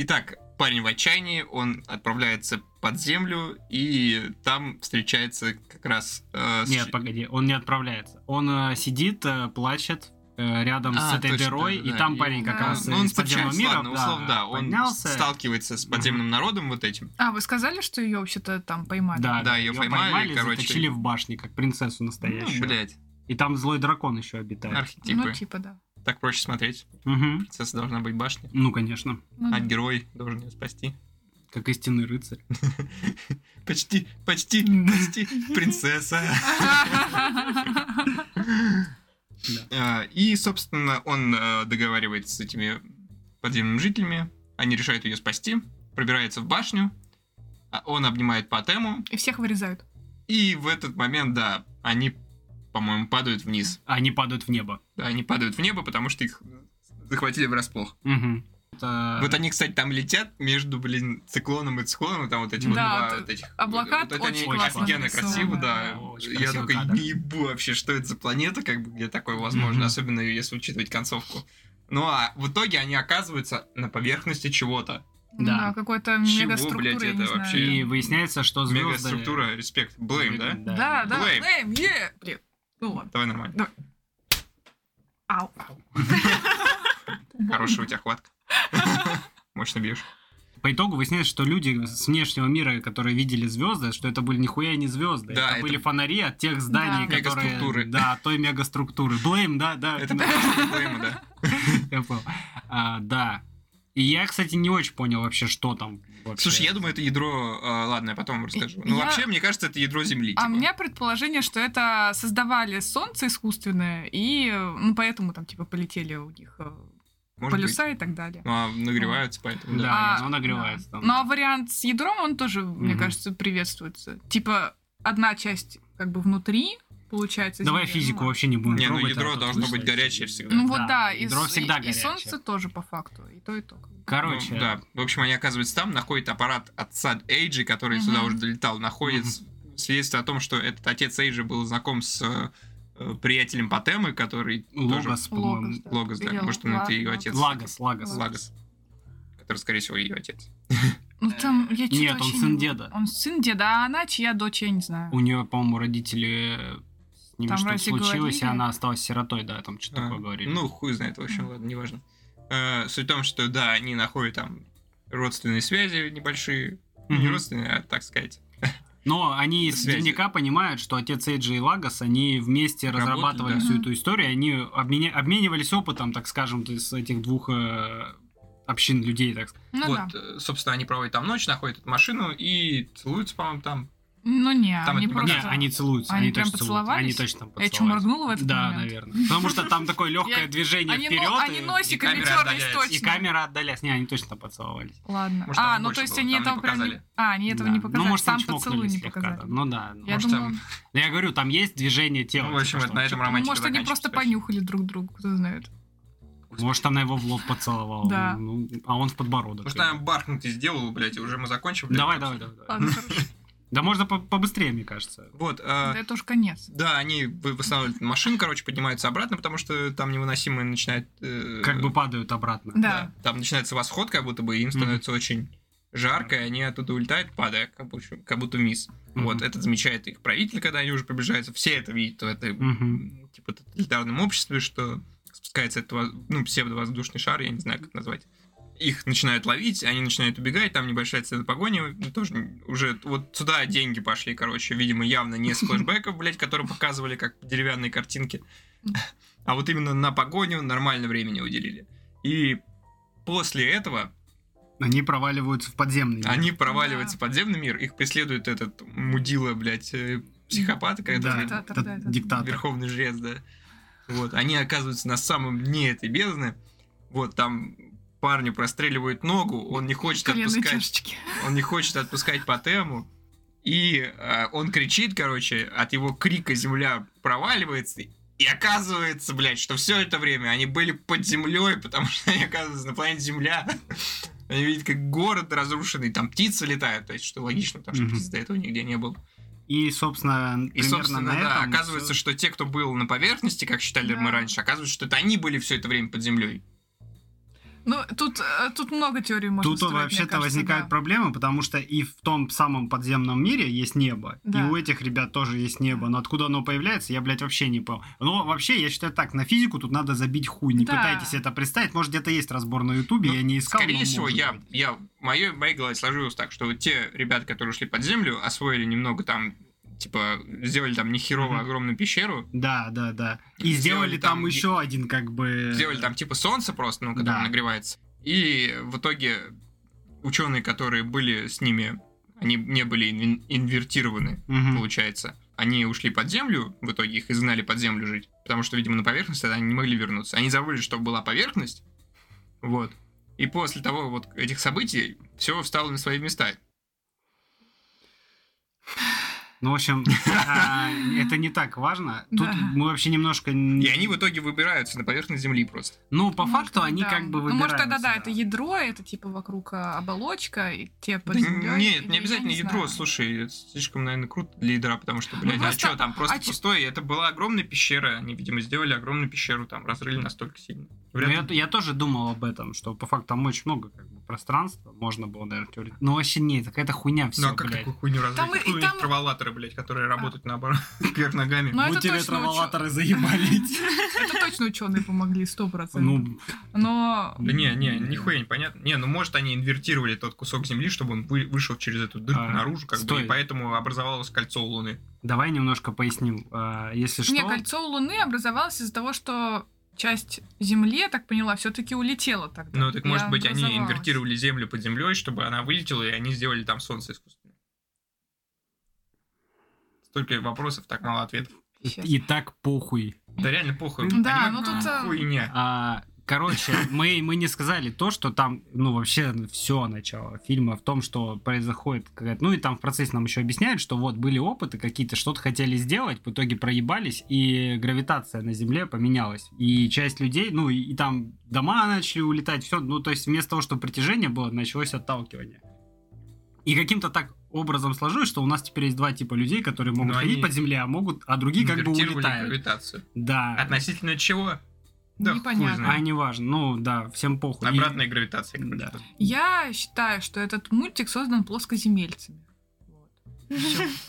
S1: Итак, парень в отчаянии, он отправляется под землю и там встречается как раз... э, с
S2: Нет,
S1: щ-
S2: погоди, он не отправляется. Он э, сидит, э, плачет э, рядом
S1: А,
S2: с этой
S1: точно,
S2: дырой,
S1: да-да-да.
S2: и там
S1: И-
S2: парень как
S3: Да.
S2: раз
S1: Ну, он
S2: из подземного
S1: встречается,
S2: мира
S1: ладно, условно, да, он
S2: поднялся.
S1: сталкивается с подземным народом вот этим.
S3: А, вы сказали, что ее вообще-то там поймали?
S2: Да,
S1: Да,
S2: да,
S1: её
S2: ее
S1: поймали,
S2: поймали,
S1: короче.
S2: заточили в башне, как принцессу
S1: Ну,
S2: настоящую.
S1: блядь,
S2: и там злой дракон еще обитает.
S3: Ну,
S1: архетипы.
S3: типа, да.
S1: Так проще смотреть.
S2: Мгм.
S1: Принцесса должна быть башня,
S2: Ну, конечно,
S3: Ну
S1: а
S3: да.
S1: герой должен ее спасти.
S2: как истинный рыцарь.
S1: Почти, почти, почти принцесса. Э, И, собственно, он э, договаривается с этими подземными жителями. Они решают ее спасти, пробирается в башню. а Он обнимает Патему.
S3: И всех вырезают.
S1: И в этот момент, да, они, по-моему, падают вниз.
S2: Они падают в небо.
S1: Да, Они падают в небо, потому что их захватили врасплох.
S2: Мгм. Это-
S1: Вот они, кстати, там летят между, блин, циклоном и циклоном, и там вот эти вот
S3: Да,
S1: два
S3: вот
S1: вот этих...
S3: облака
S1: вот это
S3: очень
S1: они
S2: классно
S1: офигенно
S3: нарисованы,
S1: красиво, да.
S2: да. Очень
S1: Я
S2: красивый
S1: такой,
S2: кадр.
S1: не ебу вообще, что это за планета, как бы, где такое возможно,
S2: Мгм.
S1: особенно если учитывать концовку. Ну а в итоге они оказываются на поверхности чего-то.
S3: Ну
S2: Да.
S3: Да, какой-то
S1: блядь,
S3: мегаструктура, я
S1: это
S3: не знаю.
S1: вообще?
S2: И выясняется, что звезды...
S1: Мегаструктура, респект. Блейм, да?
S3: Да, да,
S1: Blame.
S3: блейм, е! Блин. Ну ладно.
S1: Давай нормально.
S3: Ау.
S1: Хорошая у тебя хватка. Мощно бьешь.
S2: По итогу выясняется, что люди с внешнего мира, которые видели звезды, что это были нихуя не звезды,
S1: Да,
S2: это,
S1: это-
S2: были фонари от тех зданий,
S1: Да.
S2: которые...
S1: Мегаструктуры.
S2: Да, от той мегаструктуры. Блейм, да, да.
S1: Это наверное, Блейма, да.
S2: Я понял. А, да. И я, кстати, не очень понял вообще, что там. вообще.
S1: Слушай, я думаю, это ядро... э, Ладно, я потом расскажу. Ну
S3: Я-
S1: вообще, мне кажется, это ядро Земли.
S3: А у
S1: типа.
S3: меня предположение, что это создавали солнце искусственное, и э, ну, поэтому там типа полетели у них э,
S1: Может быть.
S3: полюса и так далее.
S1: Ну, а нагреваются, поэтому... да.
S2: Да,
S3: А,
S2: он нагревается
S3: да.
S2: там.
S3: Ну а вариант с ядром, он тоже, мне
S2: Мгм.
S3: кажется, приветствуется. Типа одна часть как бы внутри, получается.
S2: Давай
S3: Земля, ну
S2: физику
S3: ладно.
S2: вообще не будем
S1: Не, ну
S2: трогать.
S1: ядро
S2: а то
S1: должно
S2: слышно.
S1: быть горячее всегда.
S3: Ну вот да, и,
S2: ядро
S3: с- и-
S2: всегда
S3: и
S2: горячее.
S3: солнце тоже по факту, и то, и то. как бы.
S1: Ну,
S2: Короче,
S1: да. В общем, они оказываются там, находят аппарат отца Эйджи, который
S3: Мгм.
S1: сюда уже долетал, находит с- свидетельство о том, что этот отец Эйджи был знаком с э, э, приятелем Патемы, который тоже...
S2: Логос, по-моему.
S3: Логос, да.
S1: Логос, да.
S3: Или
S1: Может, он это ее
S3: Лагос.
S1: отец.
S2: Лагос, Лагос.
S1: Лагос. Который, скорее всего, ее отец.
S3: Ну там я чё-то
S2: Нет, он
S3: вообще
S2: сын
S3: не-
S2: деда.
S3: Он сын деда, а она чья дочь, я не знаю.
S2: У нее, по-моему, родители с ними
S3: Там
S2: что-то
S3: вроде
S2: случилось, и
S3: говорили.
S2: она осталась сиротой, да, там что-то
S1: А,
S2: такое говорили.
S1: Ну, хуй знает, в общем, ладно, неважно. Э, Суть в том, что, да, они находят там родственные связи небольшие.
S2: Мгм.
S1: Не родственные, а, так сказать,
S2: Но они из
S1: Связи.
S2: дневника понимают, что отец Эйджи и Лагос, они вместе
S1: Работали,
S2: разрабатывали
S1: да.
S2: всю
S3: Мгм.
S2: эту историю, они обменя- обменивались опытом, так скажем, то есть этих двух э, общин людей, так сказать.
S3: Ну да.
S1: вот, э, собственно, они проводят там ночь, находят эту машину и целуются, по-моему, там.
S3: Ну не,
S1: Там
S3: они
S1: это
S3: просто...
S2: Не, они целуются,
S3: Они
S2: они,
S3: прям
S2: точно целуются, они
S3: поцеловались?
S2: точно там
S3: Я
S2: поцеловались.
S3: что, моргнула в этот
S2: Да,
S3: момент?
S2: наверное. Потому что там такое легкое
S3: Я-
S2: движение
S3: Они,
S2: вперед.
S3: но- они
S2: и-
S3: носиками
S1: камера
S3: терлись
S1: отдаляется.
S3: точно.
S2: И камера отдалась. Не, они точно там поцеловались.
S3: Ладно.
S1: Может, там
S3: а,
S1: и
S3: ну
S1: больше
S3: то есть
S1: было,
S3: они
S1: там не
S3: этого прям не...
S1: показали.
S3: А, они этого
S2: Да.
S3: не показали.
S2: Ну, может,
S3: Сам
S2: они чмокнули
S3: поцелуй не
S2: слегка, да.
S3: показали.
S2: Ну да. ну.
S3: Я
S1: Может,
S3: думала,
S1: там-
S2: Да Я говорю, там есть движение тела.
S1: Ну, в общем,
S2: типа, что-
S1: это на этом романтика
S3: может, они просто
S1: заканчивается.
S3: понюхали друг друга, кто знает.
S2: Может, она его в лоб поцеловала.
S3: Да.
S2: ну, а он в подбородок.
S1: Может, она бархнутый сделала, блядь, и уже мы закончим. блядь?
S2: Давай, давай, давай. давай.
S3: Ладно, хорошо.
S2: Да можно по- побыстрее, мне кажется.
S1: Вот, э,
S3: Да это уж конец.
S1: да, они вы- восстанавливают машину, короче, поднимаются обратно, потому что там невыносимо начинает... э,
S2: Как бы падают обратно.
S3: Да.
S1: Там начинается восход, как будто бы, и им становится очень жарко, и они оттуда улетают, падая, как будто, как будто вниз.
S2: Мгм.
S1: Вот, этот замечает их правитель, когда они уже приближаются. Все это видят в этом,
S2: Мгм.
S1: типа, тоталитарном обществе, что спускается этот, воз- ну, псевдовоздушный шар, я не знаю, как назвать. Их начинают ловить, они начинают убегать, там небольшая сцена погони, ну, тоже уже вот сюда деньги пошли, короче, видимо, явно не с флешбеков, блядь, которые показывали, как деревянные картинки, а вот именно на погоню нормально времени уделили. И после этого
S2: Они проваливаются в подземный. мир.
S1: они проваливаются в подземный мир, их преследует этот мудила, блядь, э, психопат, который
S2: да,
S3: Диктатор, да,
S2: это
S3: этот
S2: диктатор.
S1: Верховный жрец, да. Вот, они оказываются на самом дне этой бездны. Вот, там парню простреливают ногу, он не хочет
S3: Коленные
S1: отпускать,
S3: чашечки.
S1: он не хочет отпускать Патему. И э, он кричит, короче, от его крика земля проваливается. И оказывается, блядь, что все это время они были под землей, потому что они оказываются на планете Земля. Они видят, как город разрушенный, там птицы летают, то есть, что логично, потому что
S2: Мгм.
S1: птиц до этого нигде не было.
S2: И, собственно,
S1: И,
S2: примерно
S1: собственно,
S2: на
S1: да,
S2: этом
S1: оказывается,
S2: всё.
S1: что те, кто был на поверхности, как считали мы
S3: Да.
S1: раньше, оказывается, что это они были все это время под землей.
S3: Ну, тут, э, тут много теорий можно
S2: Тут
S3: строить, мне
S2: вообще-то
S3: кажется,
S2: возникают
S3: да.
S2: проблемы, потому что и в том самом подземном мире есть небо,
S3: Да.
S2: и у этих ребят тоже есть небо, но откуда оно появляется, я, блядь, вообще не понял. Но вообще, я считаю так, на физику тут надо забить хуй, не
S3: Да.
S2: пытайтесь это представить, может где-то есть разбор на ютубе,
S1: Ну,
S2: я не искал.
S1: Скорее
S2: но
S1: всего,
S2: может
S1: я,
S2: быть.
S1: я в моей, в моей голове сложилось так, что вот те ребята, которые ушли под землю, освоили немного там, типа, сделали там нехерово
S2: Мгм.
S1: огромную пещеру,
S2: Да, да, да. И
S1: Сделали
S2: сделали там
S1: там-
S2: еще один, как бы...
S1: сделали там типа солнце просто, ну, которое
S2: Да.
S1: нагревается. И в итоге ученые, которые были с ними, они не были инвен- инвертированы.
S2: э, Мгм.
S1: получается. Они ушли под землю, в итоге их изгнали под землю жить, потому что, видимо, на поверхность тогда они не могли вернуться. Они забыли, что была поверхность, вот. И после того вот этих событий все встало на свои места.
S2: Ну, в общем, а, это не так важно. Тут
S3: Да.
S2: мы вообще немножко...
S1: И они в итоге выбираются на поверхность земли просто.
S2: Ну, по
S3: Может,
S2: факту
S3: да.
S2: они как бы
S3: Ну,
S2: выбираются.
S3: может, тогда, да, это ядро, это типа вокруг а, оболочка, и те под
S1: Да
S3: землёй,
S1: Нет,
S3: или
S1: не
S3: я
S1: обязательно
S3: не
S1: ядро,
S3: знаю. Ну,
S1: слушай, это слишком, наверное, круто для ядра, потому что, блядь, а
S3: просто-
S1: что там, просто
S3: а чё-
S1: пустое. Это была огромная пещера, они, видимо, сделали огромную пещеру, там разрыли настолько сильно.
S2: Ну,
S1: Вряд
S2: я,
S1: ли-
S2: я тоже думал об этом, что по факту там очень много как бы, пространства, можно было, наверное, теории. Ну, вообще нет, какая-то хуйня все,
S1: Ну а как
S2: блядь.
S1: такую хуйню разрыть?
S3: Там и- и
S1: Какой-нибудь
S3: там- А.
S1: траволаторы, блядь, которые работают наоборот, вверх ногами.
S3: Ну, это
S2: Будьте
S3: точно
S2: ретроволаторы заебались.
S3: Это точно ученые помогли, сто процентов.
S2: Ну,
S3: Но
S1: Да не, не, нихуя не понятно. Не, ну может они инвертировали тот кусок земли, чтобы он вы- вышел через эту дырку
S2: А,
S1: наружу, как бы,
S2: стой.
S1: и поэтому образовалось кольцо у Луны.
S2: давай немножко поясним. А, Если
S3: не,
S2: что,
S3: кольцо у Луны образовалось из-за того, что часть Земли, я так поняла, все-таки улетела тогда.
S1: Ну так
S3: И
S1: может быть они
S3: образовалась.
S1: инвертировали землю под землей, чтобы она вылетела, и они сделали там солнце искусственное. Столько вопросов, так мало ответов.
S3: Щас.
S2: и так похуй.
S1: Да реально похуй.
S3: Да,
S1: Они
S3: ну тут, а,
S1: Хуйня.
S2: А, короче, мы, мы не сказали то, что там, ну, вообще все начало фильма в том, что происходит какая-то... Ну, и там в процессе нам еще объясняют, что вот были опыты какие-то, что-то хотели сделать, в итоге проебались, и гравитация на Земле поменялась. И часть людей, ну, и, и там дома начали улетать, все. Ну, то есть вместо того, что притяжение было, началось отталкивание. И каким-то так образом сложилось, что у нас теперь есть два типа людей, которые могут
S1: Но
S2: ходить
S1: Ну, они
S2: по земле, а могут, а другие как бы А.
S1: Инвертировали
S2: улетают.
S1: гравитацию.
S2: Да.
S1: Относительно чего? Да хуй
S3: Ну, Непонятно.
S2: А
S1: знает.
S2: неважно. Ну да, всем похуй. И-
S1: Обратная гравитация. как бы.
S2: Да.
S3: Я считаю, что этот мультик создан плоскоземельцами. Вот.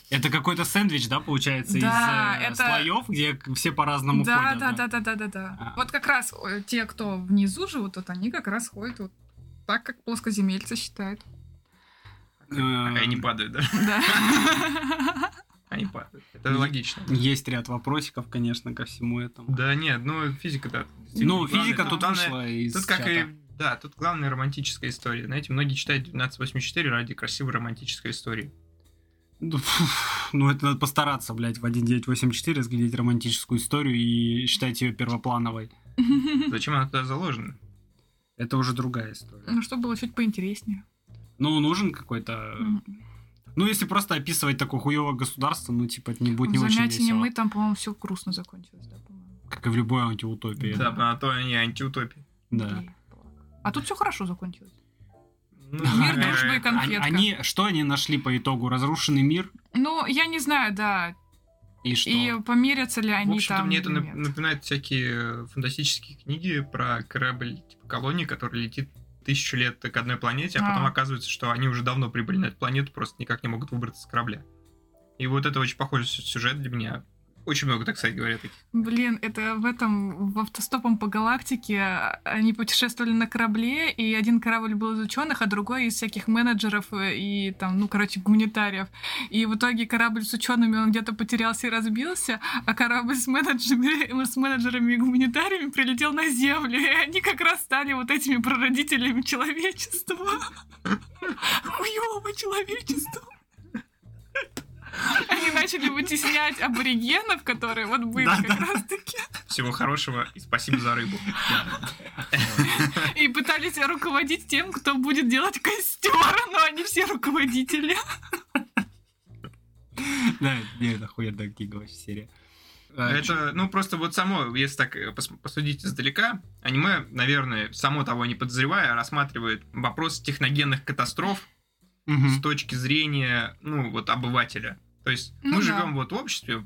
S2: Это какой-то сэндвич, да, получается,
S3: Да,
S2: из э,
S3: это-
S2: слоев, где к- все по-разному
S3: Да,
S2: ходят.
S3: да, да, да, да, да,
S2: А.
S3: да. Вот как раз э, те, кто внизу живут, вот они как раз ходят вот так, как плоскоземельцы считают.
S2: Э,
S1: Они падают, да?
S3: Да.
S1: Они падают. Это
S2: Мгм.
S1: логично.
S2: Есть ряд вопросиков, конечно, ко всему этому.
S1: Да нет, ну физика, да. действительно,
S2: Ну,
S1: главное,
S2: физика тут
S1: главное-
S2: вышла из
S1: Тут как и...
S2: чата.
S1: Да, тут главная романтическая история. Знаете, многие читают 1984 ради красивой романтической истории.
S2: Ну, фу, Ну, это надо постараться, блядь, в 1984 разглядеть романтическую историю и считать ее первоплановой.
S1: Зачем она туда заложена?
S2: Это уже другая история.
S3: Ну, что было чуть поинтереснее.
S2: Ну, нужен какой-то... Ну, если просто описывать такое хуевое государство, ну, типа, это не будет не
S3: В
S2: очень
S3: занятии не
S2: весело.
S3: мы, там, по-моему, все грустно закончилось, да, по-моему.
S2: Как и в любой антиутопии.
S1: Да, на то они антиутопии.
S2: Да.
S3: И плак. А тут все хорошо закончилось.
S1: Ну,
S3: Мир,
S1: э,
S3: дружба и
S2: Они,
S3: конфетка.
S2: они- что они нашли по итогу? Разрушенный мир
S3: Ну, я не знаю, да.
S2: и что?
S3: И помирятся ли
S1: В
S3: они
S1: общем-то,
S3: там
S1: мне это
S3: или
S1: нап-
S3: нет.
S1: напоминает всякие э, фантастические книги про корабль типа колонии, который летит тысячу лет к одной планете, а, потом
S3: А.
S1: оказывается, что они уже давно прибыли на эту планету, просто никак не могут выбраться с корабля. И вот это очень похожий сю- сюжет для меня. Очень много, так сказать, говорят таких.
S3: Блин, это в этом, в автостопом по галактике они путешествовали на корабле, и один корабль был из ученых, а другой из всяких менеджеров э, и там, ну, короче, гуманитариев. И в итоге корабль с учеными, он где-то потерялся и разбился, а корабль с менеджерами, с менеджерами и гуманитариями прилетел на Землю, и они как раз стали вот этими прародителями человечества. Хуёво человечество. Они начали вытеснять аборигенов, которые вот были
S2: Да,
S3: как раз-таки.
S1: Всего хорошего и спасибо за рыбу.
S3: И пытались руководить тем, кто будет делать костер, но они все руководители.
S2: Да, не, это хуйня гига вообще серия. А, чё-
S1: Это, ну, просто вот само, если так э, пос- посудить издалека, аниме, наверное, само того не подозревая, рассматривает вопрос техногенных катастроф
S2: Мгм.
S1: с точки зрения, ну, вот обывателя. То есть
S3: Ну
S1: мы
S3: да.
S1: живем вот в обществе,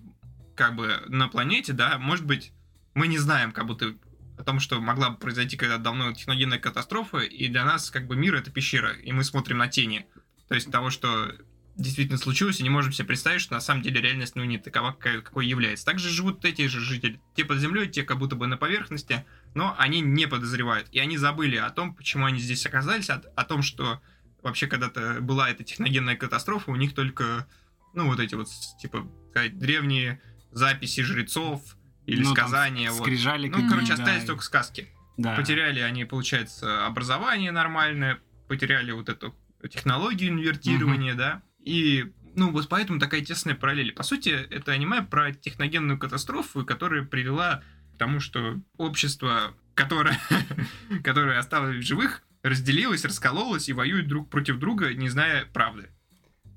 S1: как бы на планете, да, может быть, мы не знаем как будто о том, что могла бы произойти когда давно техногенная катастрофа, и для нас как бы мир это пещера, и мы смотрим на тени. То есть того, что действительно случилось, и не можем себе представить, что на самом деле реальность ну не такова, какая- какой является. Также живут эти же жители. Те под землей, те как будто бы на поверхности, но они не подозревают. И они забыли о том, почему они здесь оказались, о, о том, что вообще когда-то была эта техногенная катастрофа, у них только, ну, вот эти вот, с- типа, сказать, древние записи жрецов или
S2: Ну, там
S1: сказания. вот.
S2: Скрижали
S1: Ну,
S2: какие-то,
S1: короче,
S2: да,
S1: остались только сказки.
S2: да.
S1: Потеряли они, получается, образование нормальное, потеряли вот эту технологию инвертирования, да. И, ну, вот поэтому такая тесная параллель. По сути, это аниме про техногенную катастрофу, которая привела к тому, что общество, которое, которое осталось в живых, разделилось, раскололось и воюют друг против друга, не зная правды.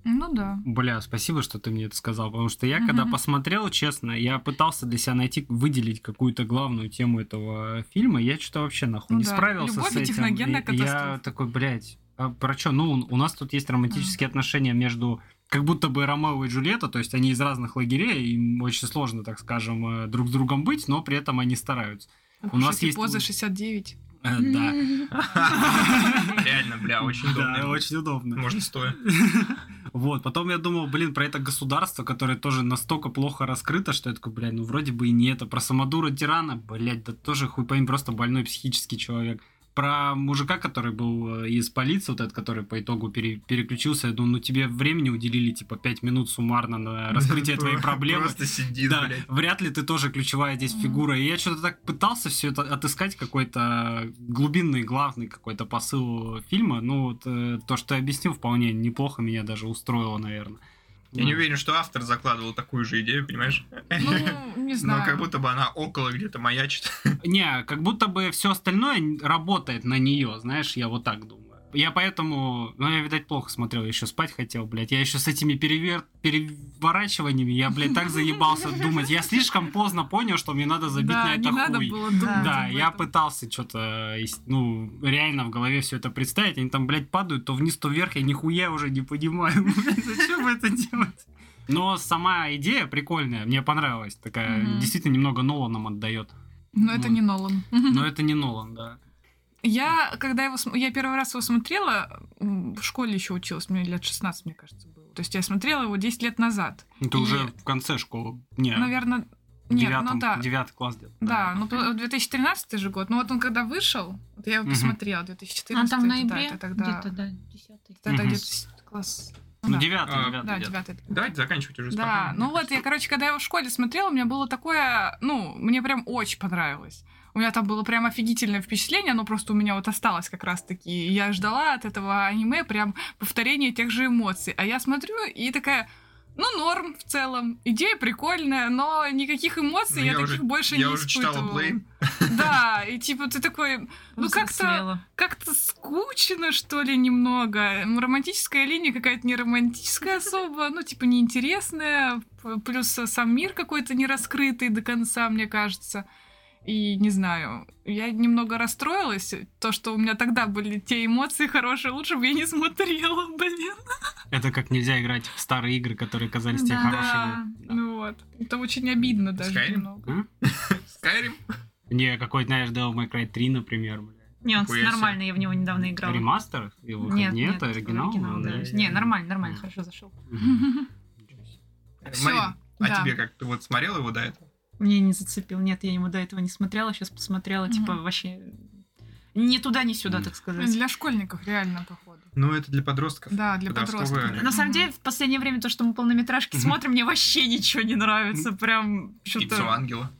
S3: Ну да.
S2: Бля, спасибо, что ты мне это сказал, потому что я, когда
S3: Мгм.
S2: посмотрел, честно, я пытался для себя найти, выделить какую-то главную тему этого фильма, я что-то вообще нахуй
S3: Ну
S2: не
S3: да.
S2: справился
S3: Любовь
S2: с
S3: и
S2: этим. И Я
S3: техногенная катастрофа.
S2: такой, блядь, а про что? Ну, у нас тут есть романтические отношения между как будто бы Ромео и Джульетта, то есть они из разных лагерей, им очень сложно, так скажем, э, друг с другом быть, но при этом они стараются. У нас есть-
S3: поза 69.
S2: Э, Да.
S3: Ну,
S1: Реально, бля, очень удобно.
S2: Да, очень удобно.
S1: Можно стоя.
S2: Вот, потом я думал, блин, про это государство, которое тоже настолько плохо раскрыто, что я такой, блядь, ну вроде бы и не это. Про Самодура Тирана, блядь, да тоже хуй пойми, просто больной психический человек. Про мужика, который был э, из полиции, вот этот, который по итогу пере- переключился, я думаю, ну тебе времени уделили, типа, 5 минут суммарно на раскрытие твоей проблемы.
S1: Просто сидит,
S2: Да,
S1: блядь.
S2: вряд ли ты тоже ключевая здесь
S3: Мгм.
S2: фигура. И я что-то так пытался все это отыскать какой-то глубинный, главный какой-то посыл фильма. Ну вот э, то, что ты объяснил, вполне неплохо меня даже устроило, наверное.
S1: Я не уверен, что автор закладывал такую же идею, понимаешь?
S3: Ну, не знаю.
S1: Но как будто бы она около где-то маячит.
S2: Не, как будто бы все остальное работает на нее, знаешь, я вот так думаю. Я поэтому... Ну, я, видать, плохо смотрел. Я еще спать хотел, блядь. Я еще с этими перевер... переворачиваниями, я, блядь, так заебался думать. Я слишком поздно понял, что мне надо забить
S3: да,
S2: на это
S3: не
S2: хуй.
S3: надо было думать.
S4: Да,
S2: Да,
S3: об
S2: я
S3: этом.
S2: пытался что-то, ну, реально в голове все это представить. Они там, блядь, падают то вниз, то вверх. Я нихуя уже не понимаю. блядь, Зачем вы это делать? Но сама идея прикольная, мне понравилась. Такая,
S4: Мгм.
S2: действительно, немного Ноланом отдает.
S3: Но это
S2: Ну.
S3: не Нолан.
S2: Но это не Нолан, да.
S3: Я, когда его, см- я первый раз его смотрела, м, в школе еще училась, мне лет 16, мне кажется, было. То есть я смотрела его 10 лет назад.
S2: Это
S3: И-
S2: уже в конце школы. Не,
S3: Наверное,
S2: в
S3: нет,
S2: девятом,
S3: ну да.
S2: девятый класс где-то.
S3: Да, ну п- 2013 же год. Ну вот он когда вышел, вот я его
S2: Мгм.
S3: посмотрела,
S4: А
S3: 2014.
S4: там в
S3: это
S4: ноябре
S3: да, это тогда,
S4: где-то, да, 10
S3: это
S2: Мгм.
S3: где-то с- класс. ну
S2: Ну,
S3: да.
S2: девятый,
S1: А,
S2: девятый,
S3: Да,
S2: девятый.
S3: девятый.
S1: Давайте заканчивать уже
S3: Да,
S1: спокойно.
S3: ну вот я, короче, когда я его в школе смотрела, у меня было такое, ну, мне прям очень понравилось. У меня там было прям офигительное впечатление, оно просто у меня вот осталось как раз-таки. И Я ждала от этого аниме прям повторения тех же эмоций. А я смотрю и такая, ну, норм в целом. Идея прикольная, но никаких эмоций
S1: Ну, я
S3: я, таких
S1: уже-
S3: больше
S1: я
S3: не
S1: уже
S3: испытывала.
S1: читала Blame.
S3: Да, и типа ты такой, ну как-то как-то скучно, что ли, немного. М, Романтическая линия какая-то не романтическая особо, ну, типа, неинтересная. П- Плюс э, сам мир какой-то не раскрытый до конца, мне кажется. И не знаю, я немного расстроилась. То, что у меня тогда были те эмоции хорошие, лучше бы я не смотрела, блин.
S2: Это как нельзя играть в старые игры, которые казались тебе
S4: Да.
S2: хорошими. Да.
S3: Ну вот. Это очень обидно даже
S1: Skyrim?
S3: немного.
S1: Skyrim.
S2: Не, какой-то, знаешь, Devil May Cry 3, например, бля.
S4: Не, он
S1: Нихуя
S4: кстати,
S1: себе.
S4: нормально, я в него недавно играла.
S2: Ремастер? Его выход-
S4: Нет, нет,
S2: оригинал.
S4: оригинал, да.
S2: ну, есть.
S4: Не, нормально, нормально,
S2: Мгм.
S4: хорошо зашел.
S2: Мгм.
S3: Всё,
S1: Марин, а
S3: да.
S1: тебе как? Ты вот смотрел его до этого?
S4: Мне не зацепил. Нет, я ему до этого не смотрела, сейчас посмотрела,
S3: Мгм.
S4: типа вообще ни туда, ни сюда,
S2: Мгм.
S4: так сказать.
S3: Для школьников, реально, походу.
S1: Ну, это для подростков.
S3: Да, для
S1: Подростковое.
S3: подростков.
S1: На
S4: На самом
S3: Мгм.
S4: деле, в последнее время то, что мы полнометражки
S2: Мгм.
S4: смотрим, мне вообще ничего не нравится. Прям
S1: Яйцо
S4: что-то...
S1: ангела.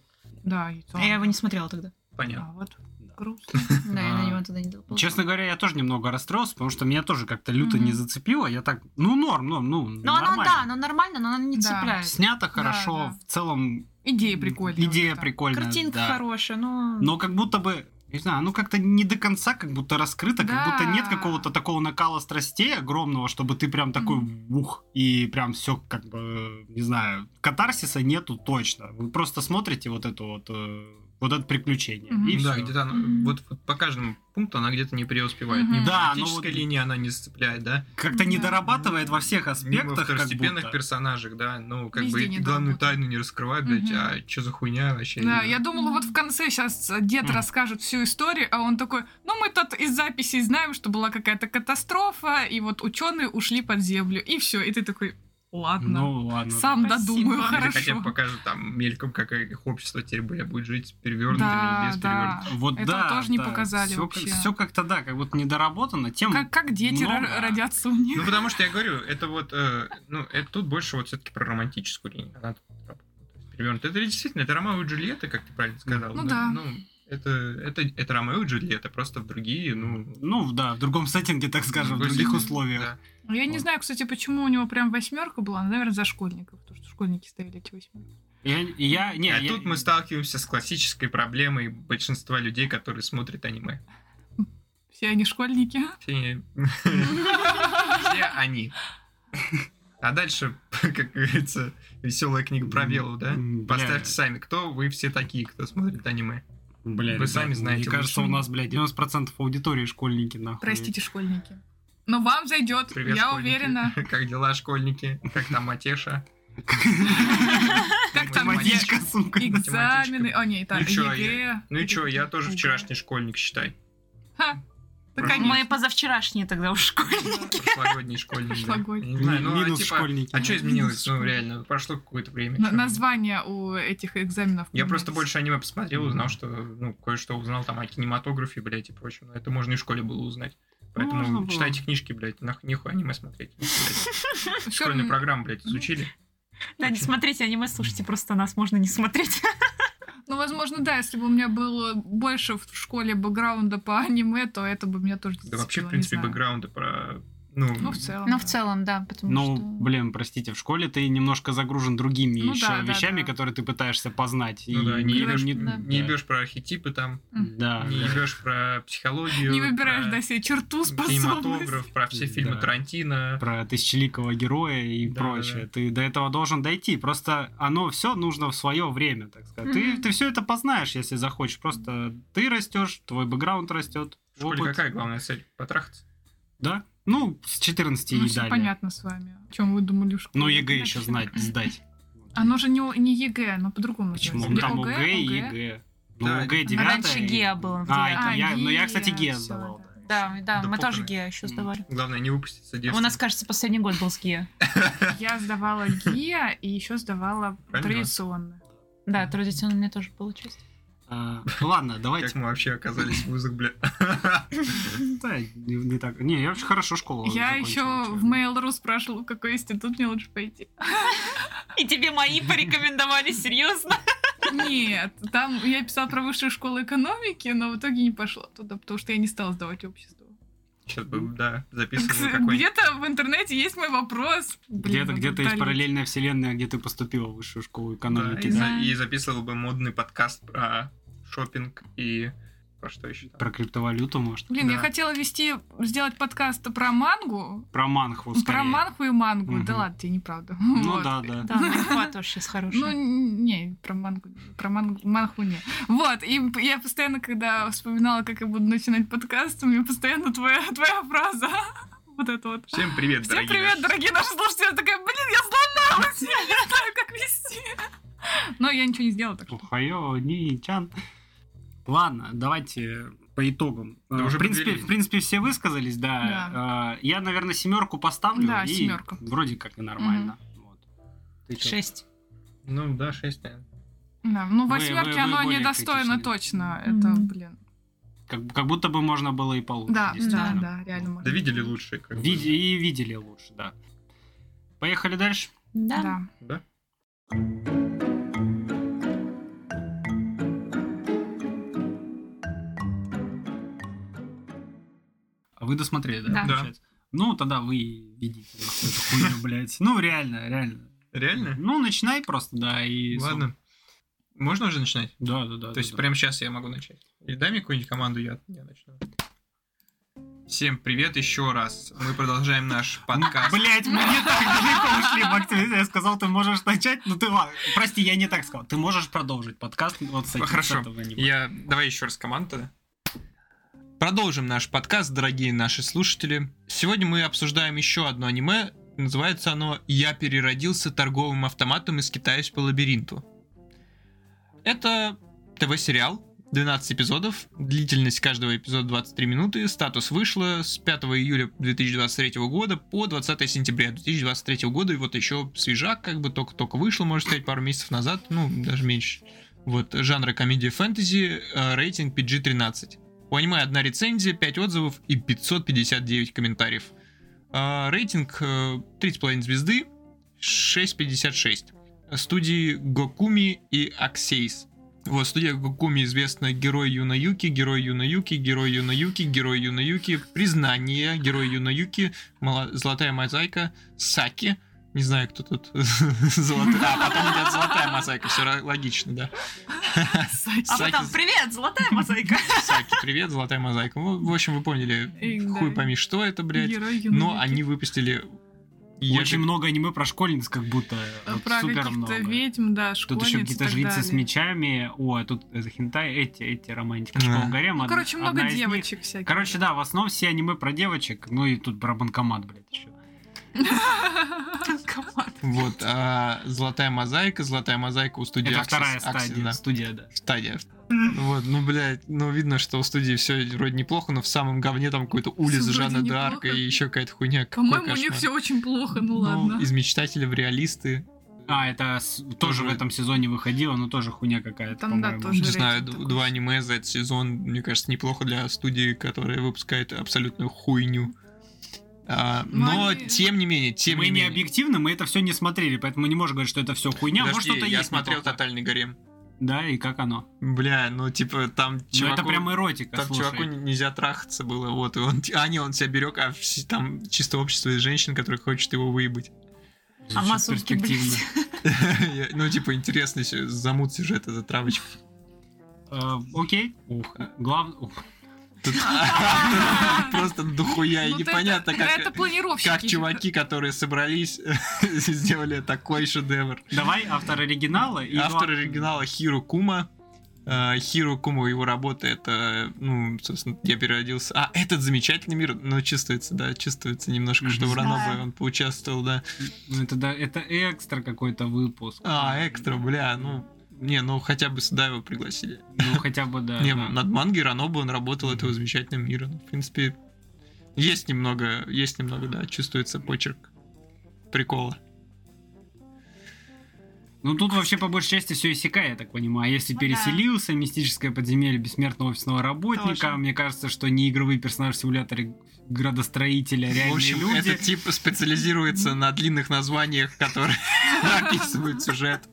S3: Да, и то.
S4: Я его не смотрела тогда.
S1: Понятно.
S3: А, вот
S2: Да.
S3: грустно.
S4: Да, я
S2: А,
S4: на него тогда не дала.
S2: Честно говоря, я тоже немного расстроился, потому что меня тоже как-то люто не
S3: Мгм.
S2: зацепило. Я так, ну, норм, норм, ну,
S4: Ну, оно, да,
S2: нормально.
S4: оно нормально, но оно не
S3: Да.
S4: цепляет.
S2: Снято хорошо,
S3: да.
S2: в целом...
S3: Идея прикольная.
S2: Идея
S3: вот эта.
S2: прикольная,
S4: Картинка
S2: да.
S4: хорошая, но...
S2: Но как будто бы, не знаю, ну как-то не до конца как будто раскрыто,
S3: Да.
S2: как будто нет какого-то такого накала страстей огромного, чтобы ты прям такой ух, и прям все как бы, не знаю, катарсиса нету точно. Вы просто смотрите вот это вот, э, вот это приключение.
S3: Мгм.
S2: И
S1: Ну да,
S2: всё.
S1: где-то
S4: Мгм.
S1: она, вот, вот по каждому пункту она где-то не преуспевает.
S3: Мгм.
S1: Ни в
S2: Да,
S1: романтической
S2: ну вот-
S1: линии она не зацепляет, да?
S2: Как-то не
S3: Да.
S2: дорабатывает во всех
S1: Мимо
S2: аспектах. как
S1: второстепенных
S2: будто.
S1: персонажах, да, ну, как
S3: Везде
S1: бы
S3: не
S1: и главную
S3: доработано.
S1: тайну не раскрывают, блядь,
S3: Мгм.
S1: а что за хуйня вообще?
S3: Да,
S1: Не
S3: я
S1: знаю.
S3: думала, вот в конце сейчас дед
S2: Мгм.
S3: расскажет всю историю, а он такой, ну мы тут из записей знаем, что была какая-то катастрофа, и вот ученые ушли под землю, и все, и ты такой, ладно,
S2: Ну ладно.
S3: сам
S4: Спасибо.
S3: додумаю,
S4: Или
S1: Или хотя бы
S3: хорошо.
S1: покажут там мельком, как э, их общество теперь бля, будет жить с перевернутыми
S3: Да,
S1: или без
S3: да.
S1: перевернутых.
S2: Вот
S3: Это
S2: да,
S3: тоже не показали
S2: все,
S3: вообще.
S2: Все как-то да, как будто недоработано. Тем
S3: Как, как дети ро-
S2: Ну, много.
S3: родятся у них.
S1: Ну, потому что я говорю, это вот, э, ну, это тут больше вот все-таки про романтическую линию. Она тут перевернута. Это действительно, это Ромео и Джульетта, как ты правильно сказал.
S3: Ну
S1: но-
S3: да.
S1: Ну, это, это, это Ромео и Джульетта, просто в другие, ну...
S2: Ну да, в другом сеттинге, так скажем, в
S1: другой
S2: других
S1: сеттинг,
S2: условиях.
S1: да.
S3: Ну, Я не знаю, кстати, почему у него прям восьмерка была, наверное, за школьников, потому что школьники ставили эти восьмерки.
S2: Я, я, не,
S1: а
S2: я-
S1: тут мы сталкиваемся с классической проблемой большинства людей, которые смотрят аниме.
S3: Все они школьники.
S1: Все, все они. А дальше, как говорится, веселая книга про Велу, да?
S2: М, бля.
S1: Поставьте сами, кто вы все такие, кто смотрит аниме.
S2: Бля,
S1: Вы
S2: ребят,
S1: сами знаете
S2: Мне кажется,
S1: лучше.
S2: у нас, блядь, 90% аудитории школьники, нахуй.
S3: Простите, школьники. Но вам зайдет,
S1: Привет,
S3: я
S1: школьники.
S3: уверена.
S1: Как дела, школьники? Как там Матеша?
S3: Как там
S1: Математичка.
S2: Матичка, сука.
S3: экзамены? О, не, так,
S1: Ну чё,
S3: ЕГЭ.
S1: Ну и чё, я тоже вчерашний школьник, считай.
S3: Ха, да,
S1: Прошлый-
S3: конечно.
S4: Мы позавчерашние тогда уж школьники.
S1: Прошлогодний школьник, да.
S3: Прошлогодний.
S1: Я не знаю, ну, а
S2: Минус
S1: типа,
S2: школьники.
S1: А что изменилось?
S2: Минус
S1: Ну,
S2: школьники.
S1: реально, прошло какое-то время.
S3: На-
S1: чё?
S3: Названия у этих экзаменов.
S1: Я просто
S3: поменялись.
S1: больше аниме посмотрел, узнал, что, ну, кое-что узнал там о кинематографе, блядь, и прочем. Но это можно и в школе было узнать. Поэтому
S2: Можно было.
S1: читайте книжки, блядь, нах- нихуя аниме смотреть. блядь.
S3: Всё
S1: Школьную
S3: равно-
S1: программу, блядь, изучили.
S4: Да, не смотрите аниме, слушайте просто нас, можно не смотреть.
S3: Ну, возможно, да, если бы у меня было больше в школе бэкграунда по аниме, то это бы меня тоже
S1: Да вообще,
S3: зацепило,
S1: в
S3: не
S1: принципе,
S3: знаю.
S1: бэкграунда про Ну,
S3: Ну, в целом.
S4: Но
S3: да.
S4: в целом, да, потому
S2: Ну,
S4: что...
S2: блин, простите, в школе ты немножко загружен другими
S3: Ну
S2: еще
S3: да, да,
S2: вещами,
S3: да.
S2: которые ты пытаешься познать.
S1: ну да, не
S2: не-
S1: ебешь,
S2: не-
S4: да.
S1: не ебешь про архетипы там,
S2: Да.
S1: не
S2: А, да.
S1: ебешь про психологию.
S3: Не выбираешь,
S1: про
S3: да, себе черту способность.
S1: кинематограф, про все фильмы
S2: Да.
S1: Тарантино.
S2: Про тысячеликого героя и
S1: Да,
S2: прочее.
S1: да.
S2: Ты до этого должен дойти. Просто оно все нужно в свое время, так сказать. Ты,
S4: Мгм.
S2: ты все это познаешь, если захочешь. Просто ты растешь, твой бэкграунд растет.
S1: В школе
S2: опыт.
S1: какая главная цель? Потрахаться.
S2: Да. Ну, с 14
S3: Ну,
S2: и
S3: все
S2: далее.
S3: понятно с вами. О чем вы думали в школе?
S2: Ну, ЕГЭ еще знать, сдать.
S3: Оно же не, у- не ЕГЭ, оно по-другому
S2: Почему?
S1: Г-
S3: называется.
S2: Там УГ и
S3: ОГЭ.
S2: ЕГЭ. Ну,
S1: Да,
S2: УГЭ
S1: это-
S4: А
S2: 9.
S4: раньше ГИА было.
S2: А, это
S3: А,
S2: я, ну я,
S3: ГИА,
S2: кстати, ГИА
S3: всё,
S2: сдавал.
S4: Да, да,
S1: Да
S4: мы тоже
S1: похрен.
S4: ГИА еще
S2: М.
S4: сдавали.
S1: Главное не выпуститься
S4: У
S1: девственным.
S4: нас, кажется, последний год был с ГИА.
S3: Я сдавала ГИА и еще сдавала
S1: Правильно.
S3: традиционно.
S4: Да, традиционно мне тоже было честь.
S2: А, Ладно,
S1: Как
S2: давайте.
S1: мы вообще оказались в вузах, бля.
S2: Да, не, не так. Не, я вообще хорошо школу.
S3: Я
S2: закончил,
S3: еще
S2: чё.
S3: в Mail.ru спрашивала, в какой институт мне лучше пойти.
S4: И тебе мои порекомендовали, серьезно?
S3: Нет, там я писала про высшую школу экономики, но в итоге не пошла туда, потому что я не стала сдавать общество.
S1: Сейчас бы, да, записывал какой-нибудь.
S3: Где-то в интернете есть мой вопрос. Блин,
S2: Где-то
S3: надо
S2: где-то есть
S3: удалить.
S2: параллельная вселенная, где ты поступила в высшую школу
S1: Да,
S2: экономики,
S1: И
S2: да?
S1: за- и записывал бы модный подкаст про шопинг и про что еще там.
S2: Про криптовалюту, может.
S3: Блин, я
S1: Да.
S3: хотела вести, сделать подкаст про мангу,
S2: Про манхву Ну, скорее.
S3: про манху и мангу.
S2: Мгм.
S3: Да ладно, тебе неправда.
S2: Ну
S3: Вот.
S2: да, да.
S4: Да, Манхва тоже сейчас
S3: Ну,
S4: хорошая.
S3: не, про мангу, про мангу, манху не. Вот, и п- я постоянно, когда вспоминала, как я буду начинать подкаст, у меня постоянно твоя, твоя фраза. Вот это вот.
S1: Всем привет,
S3: Всем
S1: дорогие.
S3: привет,
S1: наши.
S3: дорогие наши слушатели. Я такая, блин, я сломалась, я не знаю, как вести. Но я ничего не сделала так. что-
S2: Ухайо, Ничан. Ладно, давайте по итогам.
S1: Да
S2: Э, в,
S1: уже
S2: принципе,
S1: подвели.
S2: в принципе, все высказались, да. Э, Я, наверное, семерку поставлю.
S3: Да,
S2: и
S3: семерка.
S2: Вроде как и нормально. Вот. Ты чё?
S4: Шесть.
S1: Ну да, шесть, наверное.
S3: Да, ну,
S2: Вы-
S3: восьмерки
S2: вы- вы
S3: оно
S2: более
S3: недостойно
S2: критичны.
S3: точно.
S4: Мгм.
S3: Это, блин.
S2: Как, как будто бы можно было и получше.
S3: Да, да,
S2: действительно.
S3: да, реально
S1: Да
S3: можно.
S1: видели лучше. как бы.
S2: Види- и видели лучше, да. Поехали дальше.
S4: Да.
S3: Да.
S1: Да?
S2: А Вы досмотрели, да?
S4: Да.
S1: Да.
S2: получается? Ну, тогда вы видите нахуй эту хуйню, блядь. Ну, реально, реально.
S1: Реально?
S2: Ну, начинай просто, да, и...
S1: Ладно. Можно уже начинать?
S2: Да, да, да.
S1: То есть
S2: да,
S1: прямо сейчас я могу начать. Или дай мне какую-нибудь команду, я, я начну. Всем привет еще раз. Мы продолжаем наш
S2: да.
S1: подкаст.
S2: Блять, мы не так далеко ушли, Максим. Я сказал, ты можешь начать, ну ты ладно. Прости, я не так сказал. Ты можешь продолжить подкаст вот с этим-
S1: Хорошо.
S2: с этого не будет.
S1: Я... Давай еще раз команда. Продолжим наш подкаст, дорогие наши слушатели. Сегодня мы обсуждаем еще одно аниме. Называется оно «Я переродился торговым автоматом и скитаюсь по лабиринту». Это ТВ-сериал, 12 эпизодов, длительность каждого эпизода 23 минуты, статус вышло с 5 июля 2023 года по 20 сентября 2023 года, и вот еще свежак, как бы только-только вышло, можно сказать, пару месяцев назад, ну, даже меньше. Вот, жанра комедия фэнтези, э, рейтинг PG-13. У аниме одна рецензия, 5 отзывов и 559 комментариев. А, рейтинг э, 3,5 звезды, 6,56. Студии Гокуми и Аксейс. Вот, студия Гокуми известна Герой Юна Юки, Герой Юна Юки, Герой Юна Юки, Герой Юна Юки, Признание, Герой Юна Юки, Мала- Золотая Мозаика, Саки. Не знаю, кто тут золотая. А, потом идет Золотая Мозаика, все логично, да.
S4: А
S1: Саки-
S4: потом, привет, золотая мозаика.
S1: Саки, привет, Золотая Мозаика. Ну, в общем, вы поняли,
S3: И, да,
S1: хуй пойми, что это, блядь.
S3: Герой юной
S1: Но
S3: Юки.
S1: они выпустили... Я
S2: Очень
S1: же-
S2: много аниме про школьниц, как будто. вот
S3: Про
S2: супер
S3: каких-то
S2: много.
S3: ведьм, да,
S2: Тут
S3: школьниц
S2: еще
S3: и
S2: какие-то
S3: так
S2: жрицы с
S3: далее.
S2: мечами. О, а тут это хентай, эти, эти романтики.
S1: Да.
S2: Школа гарема.
S3: Ну,
S2: одна-
S3: короче, много
S2: одна из них.
S3: девочек всяких.
S2: Короче, да, в основном все аниме про девочек. Ну и тут про банкомат, блядь, еще.
S1: Вот, а, Золотая Мозаика, Золотая Мозаика у студии
S2: Это
S1: Axis-
S2: вторая
S1: Axis,
S2: стадия,
S1: да.
S2: студия, да.
S1: стадия. Вот, ну, блядь, ну, видно, что у студии все вроде неплохо, но в самом говне там какой-то улиз
S3: Вроде
S1: Жанна
S3: неплохо.
S1: Д'Арка и еще какая-то хуйня. Какой
S3: По-моему, у них
S1: кошмар.
S3: все очень плохо, ну
S1: Ну,
S3: ладно.
S1: Из мечтателя в реалисты.
S2: А, это с- тоже в этом сезоне выходило, но тоже хуйня какая-то,
S3: Там, да,
S2: по-моему.
S3: тоже.
S1: Не знаю,
S3: рейтинг
S1: д-
S3: такой.
S1: два аниме за этот сезон, мне кажется, неплохо для студии, которая выпускает абсолютную хуйню. А,
S3: Но
S1: но,
S3: они-
S1: тем не менее, тем
S2: Ну, мы
S1: не
S2: не
S1: менее.
S2: объективны, мы это все не смотрели, поэтому не можешь говорить, что это все хуйня.
S1: Подожди,
S2: Может, что-то
S1: я
S2: есть
S1: смотрел
S2: неплохое.
S1: «Тотальный гарем».
S2: Да, и как оно?
S1: Бля, ну типа там
S2: Ну, это
S1: чуваку-
S2: прям эротика,
S1: Там
S2: слушай.
S1: чуваку н- нельзя трахаться было, вот, и он, а не, он себя берег, а вс- там чисто общество из женщин, которые хочет его выебать.
S4: А
S2: Звучит
S4: масонки, блядь.
S2: перспективно.
S1: Я- Ну, типа, интересный сю- замут сюжет, эта травочка.
S2: Э, Окей.
S1: Ух.
S2: Глав... ух.
S1: Тут Просто духуя, и
S3: Ну, ты
S1: непонятно,
S3: это, Это
S1: как...
S3: планировщики.
S1: Как чуваки, которые собрались, сделали такой шедевр.
S2: Давай автор оригинала. и
S1: Автор
S2: глав-
S1: оригинала Хиру Кума. Э, Хиру Кума, его работа, это, ну, собственно, я переродился. А, этот замечательный мир, но чувствуется, да, чувствуется немножко, что
S2: Мгм.
S1: Воронова
S4: Да.
S1: он поучаствовал, да.
S2: Ну, Это, да, это экстра какой-то выпуск.
S1: А, экстра, бля, ну, не, ну хотя бы сюда его пригласили.
S2: Ну, хотя бы, да.
S1: Не,
S2: да.
S1: над мангой Ранобу он работал этого замечательного мира. Ну, В принципе, есть немного, есть немного, да, чувствуется почерк прикола.
S2: Ну тут вообще по большей части все иссякает, я так понимаю. А Если
S4: Ну да.
S2: переселился, мистическое подземелье бессмертного офисного работника,
S4: Тоже.
S2: мне кажется, что не игровые персонажи в симуляторе градостроителя, а реальные
S1: В общем,
S2: люди.
S1: этот тип специализируется на длинных названиях, которые описывают сюжет.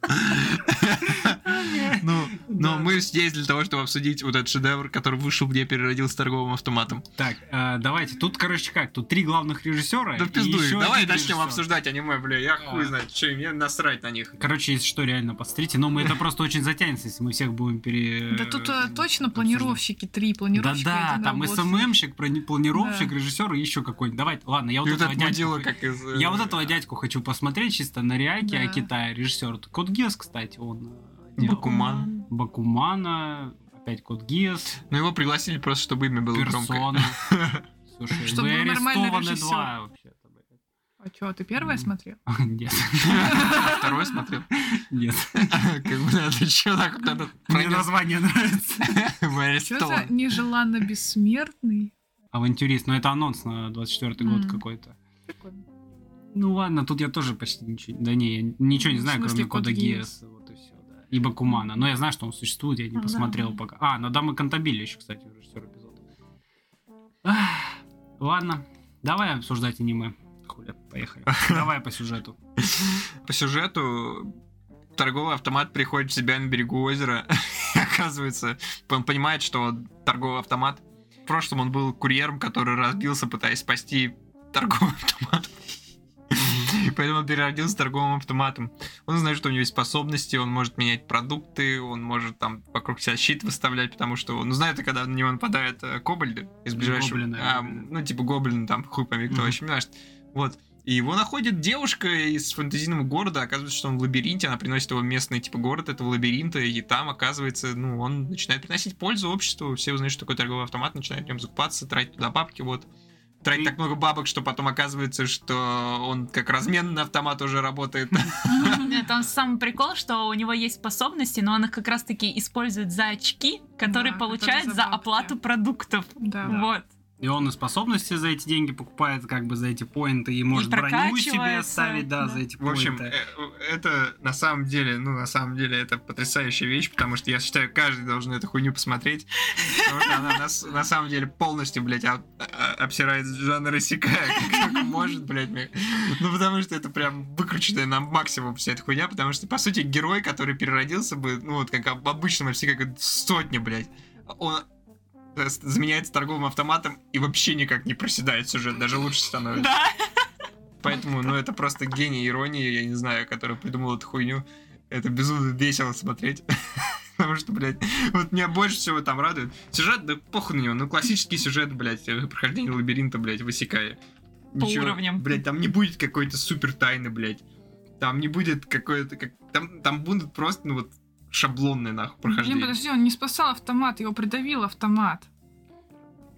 S1: Ну, но
S2: Да.
S1: мы здесь для того, чтобы обсудить вот этот шедевр, который вышел, где переродился торговым автоматом.
S2: Так, а, давайте. Тут, короче, как? Тут три главных режиссера.
S1: Да в
S2: и
S1: пизду их.
S2: еще
S1: Давай
S2: один
S1: начнем
S2: режиссер.
S1: обсуждать аниме, бля. Я хуй
S2: А.
S1: знает, что мне насрать на них.
S2: Короче, если что, реально подстрите. Но мы это просто очень затянется, если мы всех будем пере...
S3: Да тут э, точно планировщики, три планировщика.
S2: Да-да,
S3: один
S2: там
S3: работник.
S2: СММщик, прони- планировщик,
S3: Да.
S2: режиссер и еще какой-нибудь. Давайте, ладно, я вот
S1: И вот
S2: этого
S1: это
S2: дядьку
S1: дело,
S2: хо-
S1: как из... э,
S2: Я вот этого дядьку хочу посмотреть чисто на а Риаке
S3: Да.
S2: о Китае. Режиссер Код Гиас, кстати, он э, делал
S1: Бакуман.
S2: Бакумана, опять Код Гиас,
S1: Ну, его пригласили просто, чтобы имя было громкое.
S2: Персона. Слушай,
S3: Чтобы
S2: вы
S3: был нормальный
S2: арестованы
S3: режиссер.
S2: два вообще-то, блядь.
S3: А что, ты первая
S2: Мгм.
S3: смотрел?
S2: Нет,
S1: Второй смотрел.
S2: нет.
S1: Как бы надо еще так вот этот
S2: Мне
S1: пронёс.
S2: название нравится.
S1: Вы
S3: Что за
S1: арестованы.
S3: нежеланно бессмертный?
S2: Авантюрист, но это анонс на 24 год
S3: Мгм.
S2: какой-то. Ну ладно, тут я тоже почти ничего... Да не, я ничего не
S3: В
S4: Ну,
S2: знаю,
S3: смысле,
S2: кроме Кода
S3: Код
S2: Гиаса. Вот и все, да. И Бакумана. Но я знаю, что он существует, я не
S4: А, да.
S2: посмотрел пока. А, на Дамы Кантабиле еще, кстати, режиссер эпизода. Ах, Ладно, давай обсуждать аниме. Хуля, поехали. Давай по сюжету.
S1: По сюжету торговый автомат приходит в себя на берегу озера. И Оказывается, он понимает, что он торговый автомат. В прошлом он был курьером, который разбился, пытаясь спасти торговый автомат. И Поэтому он переродился торговым автоматом. Он знает, что у него есть способности, он может менять продукты, он может там вокруг себя щит выставлять, потому что он знает, когда на него нападают э, кобальды из ближайшего...
S2: Гоблины,
S1: а,
S2: гоблины.
S1: ну, типа гоблин, там, хуй пойми, кто
S2: Мгм.
S1: вообще понимаешь. Вот. И его находит девушка из фэнтезийного города, оказывается, что он в лабиринте, она приносит его в местный, типа, город этого лабиринта, и там, оказывается, ну, он начинает приносить пользу обществу, все узнают, что такое торговый автомат, начинают в нем закупаться, тратить туда бабки, вот. Тратить
S2: И-
S1: так много бабок, что потом оказывается, что он как разменный автомат уже работает.
S4: Нет, Там сам прикол, что у него есть способности, но он их как раз-таки использует за очки, которые
S3: Да,
S4: получает
S3: которые за
S4: за
S3: бабки.
S4: оплату продуктов.
S3: Да.
S4: Вот.
S2: И он и способности за эти деньги покупает, как бы за эти поинты, и может броню себе
S4: прокачивается,
S2: ставить, типа, да,
S4: да.
S2: за эти
S1: В общем,
S2: поинты.
S1: э, это на самом деле, ну, на самом деле, это потрясающая вещь, потому что я считаю, каждый должен эту хуйню посмотреть. Потому что она нас- на самом деле полностью, блядь, об- а- обсирает жанр иссяка, как только может, блядь. мне. Ну, потому что это прям выкрученная на максимум вся эта хуйня, потому что, по сути, герой, который переродился бы, ну, вот как об- обычном все как сотни, блядь, он э, с- заменяется торговым автоматом и вообще никак не проседает сюжет, даже лучше становится.
S4: Да.
S1: Поэтому, ну, это просто гений иронии, я не знаю, который придумал эту хуйню. Это безумно весело смотреть. Потому что, блядь, вот меня больше всего там радует. Сюжет, да похуй на него. Ну, классический сюжет, блядь, э, прохождение лабиринта, блядь, высекая.
S4: По уровням.
S1: Блядь, там не будет какой-то супер тайны, блядь. Там не будет какой-то... Как... Там, там будут просто, ну, вот, шаблонное, нахуй,
S3: Блин,
S1: прохождение.
S3: подожди, он не спасал автомат, его придавил автомат.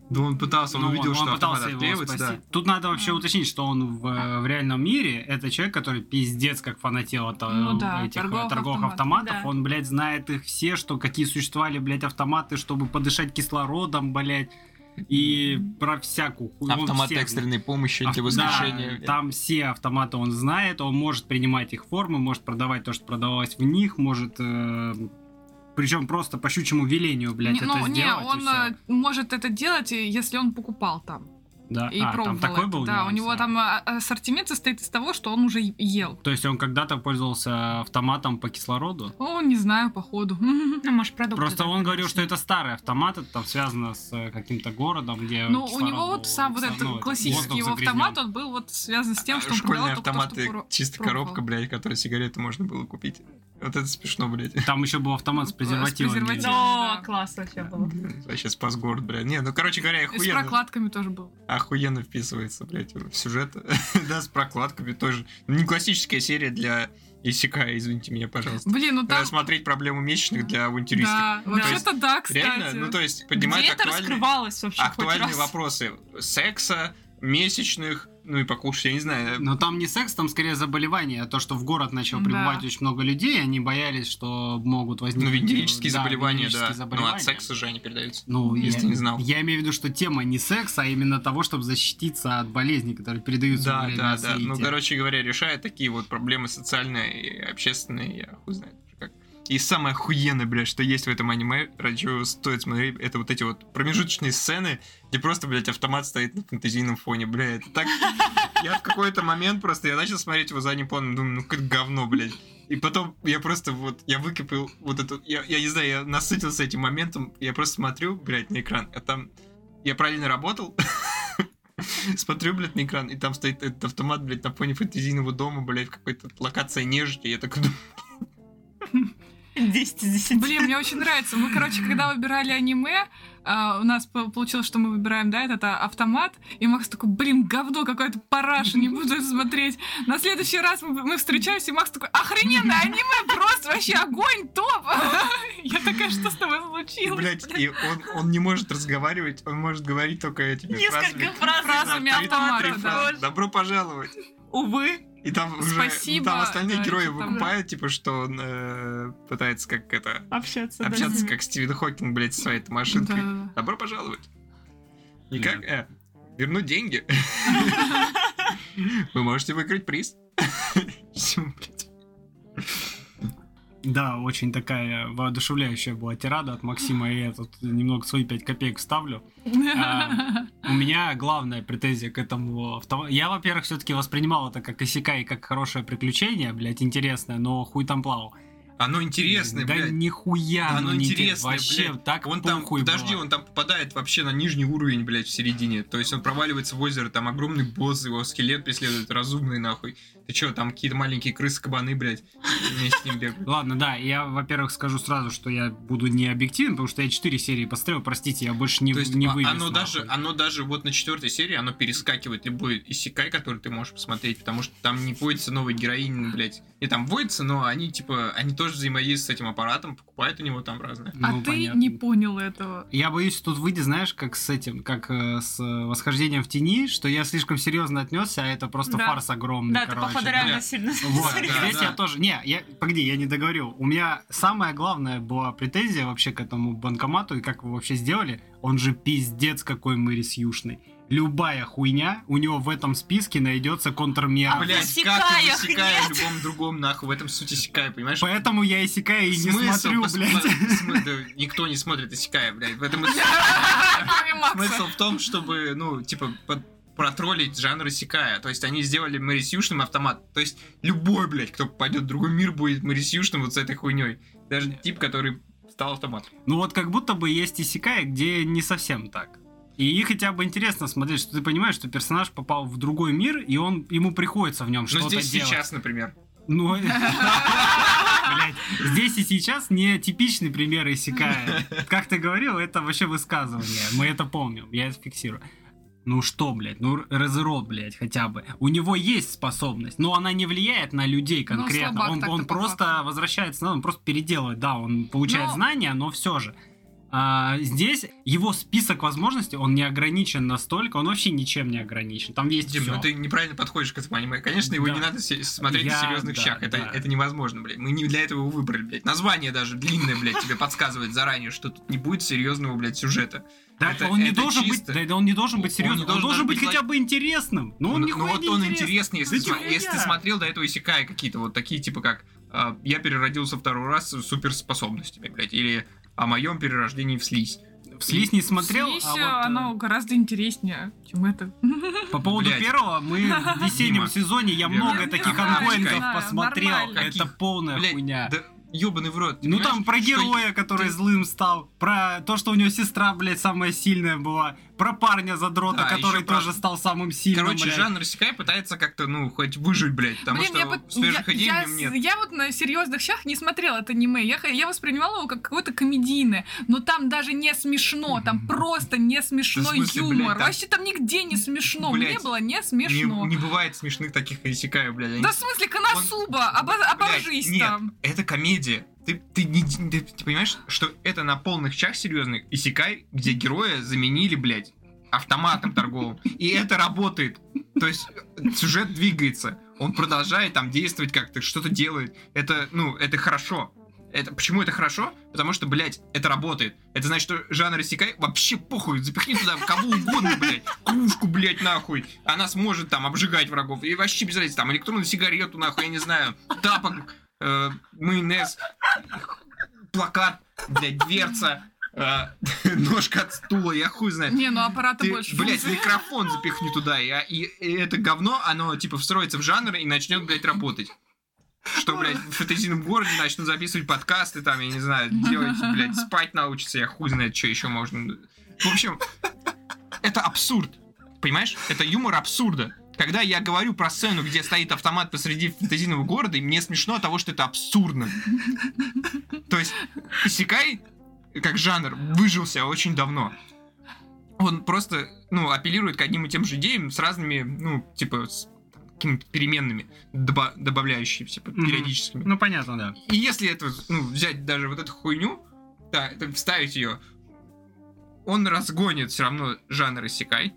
S1: Да он пытался, он
S2: Ну,
S1: увидел, что автомат
S2: его
S1: отклеивается, да.
S2: спасти. Тут надо вообще уточнить, что он в, э, в реальном мире это человек, который пиздец как фанател от э,
S3: Ну да,
S2: этих э,
S3: торговых
S2: торговых,
S3: автоматов.
S2: автоматов.
S4: Да.
S2: Он, блядь, знает их все, что какие существовали, блядь, автоматы, чтобы подышать кислородом, блядь. И про всякую хуйню. Он
S1: Автомат
S2: всех-
S1: экстренной помощи
S2: Ав-
S1: для воскрешения.
S2: Да, там все автоматы он знает, он может принимать их формы, может продавать то, что продавалось в них, может... причем просто по щучьему велению, блядь,
S3: Не-
S2: это
S3: ну, не,
S2: сделать. и
S3: он
S2: всё.
S3: э, может это делать, и если он э, покупал там.
S2: Да.
S3: и
S2: а, там
S3: пробовал.
S2: такой
S3: это,
S2: был
S3: да,
S2: нюанс,
S3: у него
S2: да.
S3: там а, ассортимент состоит из того, что он уже е- ел.
S2: То есть он когда-то пользовался автоматом по кислороду?
S3: О, не знаю, походу.
S2: Э,
S4: Ну, может, продукты.
S2: Просто
S4: да,
S2: он говорил, что
S4: конечно.
S2: это старый автомат, это там связано с э, каким-то городом, где
S3: Ну, у
S2: кислород
S3: него вот
S2: был,
S3: сам вот
S2: кисло-
S3: этот
S2: ну, этот
S3: классический
S2: воздух А,
S3: его
S2: загрязнен.
S3: автомат, он был вот связан с тем, что он
S1: Школьные
S3: продавал только то, что
S1: автоматы,
S3: пуро-
S1: чисто
S3: пробовал.
S1: коробка, блядь, которой сигареты можно было купить. Вот это смешно, блядь.
S2: Там еще был автомат с
S3: С
S2: презервативом.
S3: презервативом.
S4: О,
S3: Да.
S4: класс вообще было.
S1: Вообще спас город, А блядь. Не, ну, короче говоря,
S3: И с
S1: охуенно,
S3: прокладками тоже был.
S1: охуенно вписывается, блядь, в сюжет. Да, с прокладками тоже. Не классическая серия для Исека, извините меня, пожалуйста.
S3: Блин, ну там...
S1: Рассмотреть проблему месячных для авантюристов.
S3: Да,
S4: Да.
S3: вообще-то да,
S1: Реально,
S3: кстати.
S1: ну то есть поднимает
S4: Где это
S1: актуальные,
S4: раскрывалось вообще хоть
S1: актуальные
S4: раз?
S1: вопросы секса, месячных, ну и покушать, я не знаю.
S2: Но там не секс, там скорее заболевание, а то, что в город начал
S3: Да.
S2: прибывать очень много людей, они боялись, что могут
S1: Ну,
S2: возникнуть...
S1: венерические
S2: да,
S1: заболевания,
S2: венерические
S1: да.
S2: заболевания.
S1: Ну, от секса же они передаются.
S2: Ну,
S1: Если
S2: я,
S1: не знал.
S2: я имею в виду, что тема не секса, а именно того, чтобы защититься от болезней, которые передаются во
S1: Да,
S2: время
S1: да, да. Ну,
S2: соития.
S1: короче говоря, решает такие вот проблемы социальные и общественные, я хуй знает уже как. И самое охуенное, блядь, что есть в этом аниме, ради чего стоит смотреть, это вот эти вот промежуточные сцены, где просто, блядь, автомат стоит на фэнтезийном фоне, блядь. Это так... Я в какой-то момент просто, я начал смотреть его задним планом, думаю, ну как говно, блядь. И потом я просто вот, я выкипил вот эту, я, я не знаю, я насытился этим моментом, я просто смотрю, блядь, на экран, а там я правильно работал, смотрю, блядь, на экран, и там стоит этот автомат, блядь, на фоне фэнтезийного дома, блядь, в какой-то локации нежити, я такой думаю,
S4: 10 из 10.
S3: Блин, мне очень нравится. Мы, короче, когда выбирали аниме, а, у нас по- получилось, что мы выбираем, да, этот а, автомат. И Макс такой, блин, говно какое-то параша, не буду это смотреть. На следующий раз мы, мы встречаемся, и Макс такой, охрененное аниме, просто вообще огонь, топ! Я такая, что с тобой случилось?
S1: блядь, и он, он не может разговаривать, он может говорить только этими
S4: Несколько
S1: фразами.
S4: фраз.
S3: фразами
S1: Да, три-
S3: автомата,
S1: три
S3: да.
S1: фразы. Добро пожаловать.
S4: Увы.
S1: И там уже
S3: Спасибо,
S1: там остальные
S3: да,
S1: герои
S3: что там.
S1: выкупают, типа, что он э, пытается как это
S4: Общаться. да.
S1: общаться, как Стивен Хокинг, блядь, со своей этой машинкой.
S3: Да-да-да.
S1: Добро пожаловать. И как? э, вернуть деньги. Вы можете выиграть приз. Всё, блядь.
S2: Да, очень такая воодушевляющая была тирада от Максима, и я тут немного свои 5 копеек ставлю. А, У меня главная претензия к этому автомату. Я, во-первых, все-таки воспринимал это как косяка и как хорошее приключение, блядь, интересное, но хуй там плавал.
S1: Оно интересное,
S2: да
S1: блядь.
S2: нихуя
S1: Да,
S2: оно
S1: оно
S2: не интересно,
S1: интересное,
S2: Вообще,
S1: блядь.
S2: так
S1: Он там,
S2: похуй
S1: подожди,
S2: было.
S1: он там попадает вообще на нижний уровень, блядь, в середине. То есть он проваливается в озеро, там огромный босс, его скелет преследует, разумный нахуй. Ты чё, там какие-то маленькие крысы-кабаны, блядь, вместе с ним бегают.
S2: Ладно, да, я, во-первых, скажу сразу, что я буду не объективен, потому что я 4 серии посмотрел, простите, я больше не,
S1: То есть
S2: не
S1: а-
S2: вывез.
S1: оно
S2: нахуй.
S1: даже, оно даже вот на четвертой серии, оно перескакивает любой иссякай, который ты можешь посмотреть, потому что там не вводится новой героини, блядь. И там вводится, но они типа, они тоже взаимодействуют с этим аппаратом, покупают у него там разное.
S2: Ну,
S3: А ты
S2: понятно.
S3: не понял этого.
S2: Я боюсь, тут выйдет, знаешь, как с этим, как э, с э, восхождением в тени, что я слишком серьезно отнесся, а это просто
S4: Да.
S2: фарс огромный.
S4: Да, ты,
S2: короче.
S4: походу,
S1: бля.
S4: реально сильно
S2: Вот,
S1: Да,
S2: здесь
S1: да.
S2: я тоже... Не, я... погоди, я не договорил. У меня самая главная была претензия вообще к этому банкомату и как вы вообще сделали. Он же пиздец какой мэрис юшный. Любая хуйня, у него в этом списке найдется контрмера.
S4: А,
S1: Блять, как
S4: Исекаях
S1: ты засекаешь в
S4: нет.
S1: любом другом, нахуй, в этом суть Исекая, понимаешь?
S2: Поэтому я Исекая и не
S1: Смысл,
S2: смотрю,
S1: пос-
S2: блядь.
S1: по- см- да, Никто не смотрит Исекая, блядь. В этом и суть.
S3: Кроме Макса.
S1: смысл в том, чтобы, ну, типа, под- протроллить жанр Исекая. То есть они сделали Марисюшным автомат. То есть любой, блядь, кто попадет в другой мир, будет Марисюшным вот с этой хуйней. Даже тип, который стал автоматом.
S2: Ну вот как будто бы есть Исекая, где не совсем так. И хотя бы интересно смотреть, что ты понимаешь, что персонаж попал в другой мир, и он, ему приходится в нем
S1: Ну,
S2: что-то
S1: здесь
S2: делать.
S1: сейчас, например.
S2: Ну, блядь, здесь и сейчас не типичный пример Исекая. Как ты говорил, это вообще высказывание. Мы это помним, я это фиксирую. Ну что, блядь, ну Резеро, блядь, хотя бы. У него есть способность, но она не влияет на людей
S3: Ну,
S2: конкретно.
S3: слабак
S2: он
S3: так-то
S2: он
S3: по
S2: просто
S3: факту.
S2: возвращается, он просто переделывает, да, он получает
S3: Но-
S2: знания, но все же. А, здесь его список возможностей, он не ограничен настолько, он вообще ничем не ограничен. Там есть
S1: Дим,
S2: всё.
S1: ну ты неправильно подходишь к этому аниме. Конечно, его
S2: Да.
S1: не надо се- смотреть
S2: Я-
S1: на серьезных
S2: да,
S1: щах. Это,
S2: да.
S1: это невозможно, блядь. Мы не для этого его выбрали, блядь. Название даже длинное, блядь, тебе подсказывает заранее, что тут не будет серьезного, блядь, сюжета.
S2: Да,
S1: Это-
S2: он не
S1: это
S2: должен
S1: чисто.
S2: быть, да, да он не должен быть
S1: Он
S2: серьезным,
S1: не
S2: он
S1: должен
S2: должен,
S1: даже
S2: быть
S1: быть
S2: хотя бы интересным. Но он
S1: Ну,
S2: не
S1: ну вот он интересный, если,
S2: Да
S1: ты, см-
S2: нихуя.
S1: если ты смотрел до этого Исекая какие-то вот такие, типа как а, «Я переродился второй раз с суперспособностями», блядь, или «О моем перерождении в слизь».
S2: В слизь не смотрел,
S3: Слизь,
S2: а вот, э,
S3: оно гораздо интереснее, чем это.
S2: по поводу
S1: э, Блядь.
S2: первого мы в
S1: Мимо.
S2: весеннем сезоне я
S1: Верно.
S2: много
S1: Я
S2: таких
S1: знаю,
S3: я
S2: анкоингов
S3: знаю,
S2: посмотрел.
S3: нормально.
S2: Это
S1: Каких?
S2: полная
S1: Блядь,
S2: хуйня.
S1: Да ёбаный в рот. ты
S2: Ну
S1: понимаешь,
S2: там про
S1: что
S2: героя, который
S1: ты-
S2: злым стал, про то, что у него сестра, блядь, самая сильная была, про парня задрота,
S1: Да,
S2: который
S1: ещё про-
S2: тоже стал самым сильным.
S1: Короче,
S2: блядь.
S1: жанр Сикай пытается как-то, ну, хоть выжить, блядь, потому
S3: Блин, я
S1: что ну,
S3: бы-
S1: свежих
S3: я-
S1: идей
S3: я
S1: в
S3: с-
S1: нем нет.
S3: я вот на серьезных щах не смотрела это аниме. Я, х- я воспринимала его как какое-то комедийное. Но там даже не смешно. Там просто не
S1: Да в
S3: смешной
S1: смысле, блядь,
S3: юмор.
S1: там-
S3: Вообще там нигде не смешно. Мне
S1: Блядь,
S3: было не
S1: Не,
S3: смешно.
S1: не бывает смешных таких Исикаев, блядь. они-
S3: Да в смысле, Коносуба,
S1: Он-
S3: обо-
S1: блядь,
S3: оборжись
S1: нет,
S3: там.
S1: Это комедия. Ты, ты, не- ты- ты понимаешь, что это на полных чах серьезных Исикай, где героя заменили, блядь, автоматом торговым. И это работает. То есть сюжет двигается. Он продолжает там действовать как-то, что-то делает. Это, ну, это хорошо. Это, почему это хорошо? Потому что, блядь, это работает. Это значит, что жанр Исикай вообще похуй. Запихни туда кого угодно, блядь. Кружку, блядь, нахуй. Она сможет там обжигать врагов. И вообще без разницы. Там электронную сигарету, нахуй, я не знаю. Тапок, э, майонез, плакат, блядь, дверца. э, ножка от стула, я хуй знает.
S3: Не, ну аппарата
S1: Ты,
S3: больше.
S1: блядь,
S3: функций.
S1: микрофон запихни туда, и, а, и- и это говно, оно, типа, встроится в жанр и начнет, блядь, работать. Что, блядь, в фэнтезийном городе начнут записывать подкасты, там, я не знаю, делать, блядь, спать научиться, я хуй знает, что еще можно. В общем, это абсурд. Понимаешь? Это юмор абсурда. Когда я говорю про сцену, где стоит автомат посреди фэнтезийного города, и мне смешно от того, что это абсурдно. То есть, Исекай, как жанр, выжился очень давно. Он просто, ну, апеллирует к одним и тем же идеям с разными, ну, типа, с какими-то переменными, доба- добавляющимися, типа,
S2: Мгм.
S1: периодическими.
S2: Ну понятно, да.
S1: И если это, ну, взять даже вот эту хуйню, да, это вставить ее, он разгонит все равно жанр иссякай.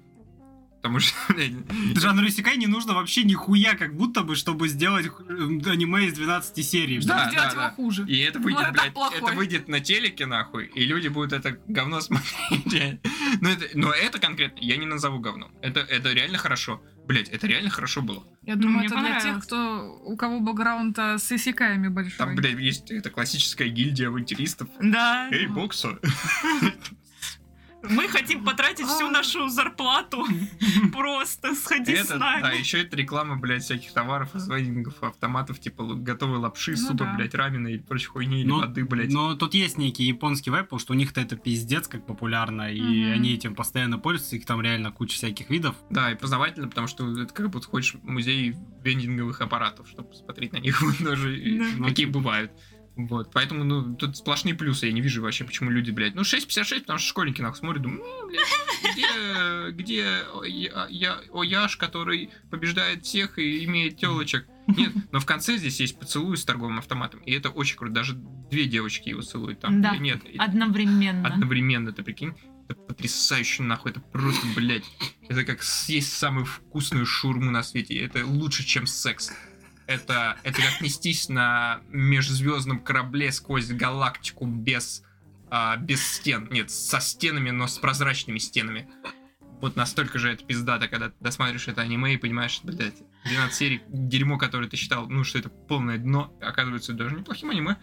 S1: Потому что, блядь,
S2: Жанру Исекай не нужно вообще нихуя, как будто бы, чтобы сделать м, аниме из 12 серий.
S3: Чтобы
S1: Да,
S3: сделать
S1: да,
S3: его
S1: да.
S3: хуже.
S1: и это
S3: Ну,
S1: выйдет,
S3: это
S1: блядь,
S3: плохой.
S1: это выйдет на телеке, нахуй, и люди будут это говно смотреть. Но это, но это конкретно я не назову говном. Это, это реально хорошо. Блять, это реально хорошо было.
S3: Я
S4: Ну,
S3: думаю,
S4: мне
S3: это для тех,
S4: понравилось.
S3: кто у кого бэкграунд э, с исекаями большой.
S1: Там, блядь, есть это классическая гильдия авантюристов.
S4: Да.
S1: Эй, боксо!
S4: Мы хотим потратить всю
S3: А.
S4: нашу зарплату. Просто сходи с
S1: Это, да,
S4: нами.
S1: еще это реклама, блядь, всяких товаров, звонингов, автоматов, типа л- готовой лапши,
S3: Ну
S1: супа,
S3: да.
S1: блядь, рамена и прочей хуйни, или
S2: Ну,
S1: воды, блядь.
S2: Но тут есть некий японский вайп, потому что у них-то это пиздец как популярно, и
S3: Мгм.
S2: они этим постоянно пользуются, их там реально куча всяких видов.
S1: Да, и познавательно, потому что это как будто ходишь в музей вендинговых аппаратов, чтобы посмотреть на них вот даже, и
S4: Да.
S1: какие бывают. Вот, поэтому, ну, тут сплошные плюсы, я не вижу вообще, почему люди, блядь, ну, 6,56, потому что школьники, нахуй, смотрят, думают, «Ну, блядь, где, где о- я- я- Ояш, который побеждает всех и имеет телочек? Нет, но в конце здесь есть поцелуй с торговым автоматом, и это очень круто, даже две девочки его целуют там,
S4: Да.
S1: или нет,
S4: Одновременно.
S1: одновременно, ты прикинь? Это потрясающе, нахуй, это просто, блядь, это как съесть самую вкусную шурму на свете, это лучше, чем секс. Это, это как нестись на межзвездном корабле сквозь галактику без, а, без стен. Нет, со стенами, но с прозрачными стенами. Вот настолько же это пиздато, когда ты досматриваешь это аниме и понимаешь, что, блядь, 12 серий дерьмо, которое ты считал, ну, что это полное дно, оказывается даже неплохим аниме.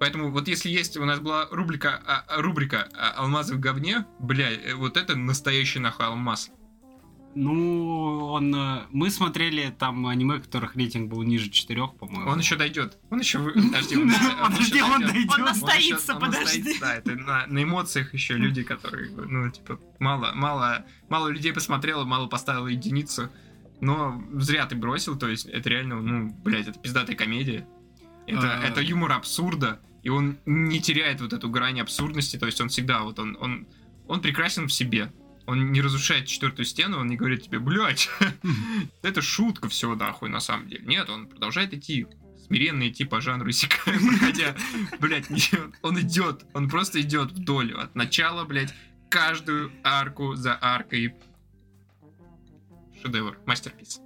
S1: Поэтому вот если есть, у нас была рубрика, а, а, рубрика а, «Алмазы в говне», бля, э, вот это настоящий нахуй алмаз.
S2: Ну, он... э, Мы смотрели там аниме, которых рейтинг был ниже 4, по-моему.
S1: Он еще дойдет. Он еще... вы- Подожди, он еще- он
S2: Подожди,
S1: еще
S2: он
S1: дойдет.
S4: Он
S2: дойдет.
S4: нас- Настоится,
S1: Он еще- он
S4: подожди.
S1: настоится, Да, это на, на эмоциях еще люди, которые, ну, типа, мало, мало, мало людей посмотрело, мало поставило единицу. Но зря ты бросил, то есть это реально, ну, блядь, это пиздатая комедия. Это,
S2: А.
S1: это юмор абсурда, и он не теряет вот эту грань абсурдности, то есть он всегда вот он, он, он прекрасен в себе. Он не разрушает четвертую стену, он не говорит тебе, блядь, это шутка все нахуй на самом деле. Нет, он продолжает идти, смиренно идти по жанру иссякаем, проходя, блядь, ничего. он идет, он просто идет вдоль, от начала, блядь, каждую арку за аркой. Шедевр, мастерпис.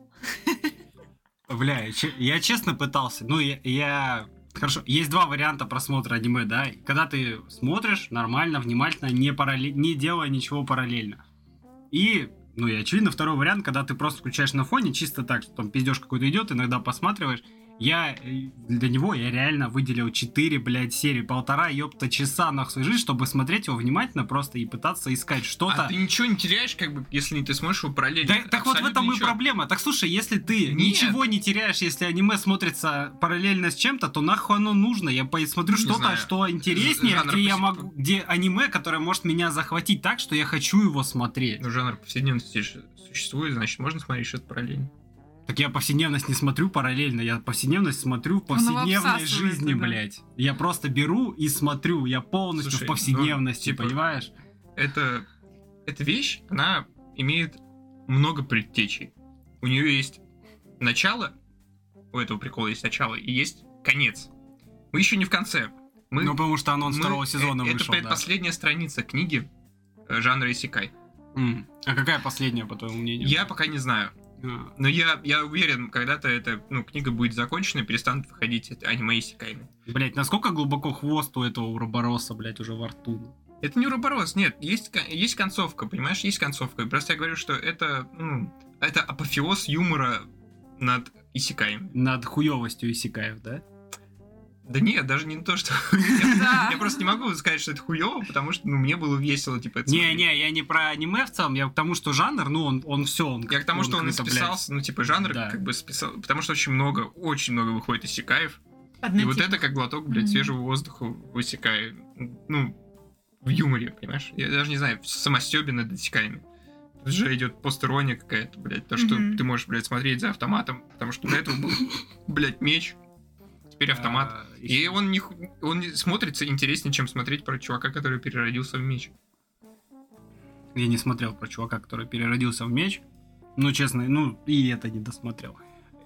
S2: Бля, я че- я честно пытался. Ну, я- я... Хорошо, есть два варианта просмотра аниме, да? И Когда ты смотришь нормально, внимательно, не, параллель... не делая ничего параллельно. И, ну и очевидно, второй вариант, когда ты просто включаешь на фоне, чисто так, что там пиздеж какой-то идет, иногда посматриваешь. Я э, для него я реально выделил 4, блядь, серии, полтора, ёпта, часа на своей жизни, чтобы смотреть его внимательно просто и пытаться искать что-то.
S1: А ты ничего не теряешь, как бы, если не ты сможешь его параллельно.
S2: Ну Да, так вот в
S1: Абсолютно
S2: этом и
S1: ничего.
S2: проблема. Так слушай, если ты
S1: Нет.
S2: ничего не теряешь, если аниме смотрится параллельно с чем-то, то нахуй оно нужно. Я посмотрю
S1: Не
S2: что-то, а
S1: знаю.
S2: что интереснее,
S1: Жанр
S2: где я
S1: посетил.
S2: могу, где аниме, которое может меня захватить так, что я хочу его смотреть.
S1: Ну, жанр повседневности же существует, значит, можно смотреть что-то параллельно.
S2: Так я повседневность не смотрю параллельно, я повседневность смотрю в
S3: Он его
S2: повседневной
S3: Ну, обсасывает,
S2: жизни,
S3: да.
S2: блядь. Я просто беру и смотрю, я полностью
S1: Слушай,
S2: в
S1: ну,
S2: повседневности,
S1: типа,
S2: понимаешь?
S1: Это, эта вещь, она имеет много предтечей. У нее есть начало, у этого прикола есть начало и есть конец. Мы еще не в конце. Мы,
S2: Ну, потому что анонс
S1: мы-
S2: второго сезона
S1: э, это
S2: вышел, да.
S1: предпоследняя страница книги э, жанра Исекай.
S2: М. А какая последняя, по твоему мнению?
S1: Я пока не знаю.
S2: А.
S1: Но я, я уверен, когда-то эта ну, книга будет закончена, перестанут выходить эти аниме Исекайны.
S2: Блять, насколько глубоко хвост у этого уробороса, блять, уже во рту.
S1: Это не Уроборос, нет, есть, кон- есть концовка, понимаешь, есть концовка. Просто я говорю, что это, ну, это апофеоз юмора над Исекаями.
S2: Над хуёвостью Исикаев, да?
S1: Да нет, даже не то, что...
S3: Да.
S1: Я просто не могу сказать, что это хуево, потому что ну, мне было весело, типа, это смотреть.
S2: Не-не, я не про аниме в целом, я к тому, что жанр, ну, он, он все, он...
S1: Я к тому, что он
S2: как-то, блядь,
S1: исписался, ну, типа, жанр
S2: Да.
S1: как бы списал, потому что очень много, очень много выходит Исекаев. И вот
S4: Однотипно.
S1: это как глоток, блядь,
S4: Ну, типа. Мгм.
S1: свежего воздуха высекает. Ну, в юморе, понимаешь? Я даже не знаю, самостебе над отсеками. Тут же идет постерония какая-то, блядь. То, что
S4: Мгм.
S1: ты можешь, блядь, смотреть за автоматом, потому что до этого был, блядь, меч. Теперь автомат.
S2: а,
S1: И
S2: ещё-
S1: он, не, ху- он не- смотрится интереснее, чем смотреть про чувака, который переродился в меч.
S2: Я не смотрел про чувака, который переродился в меч. Ну, честно, ну, и это не досмотрел.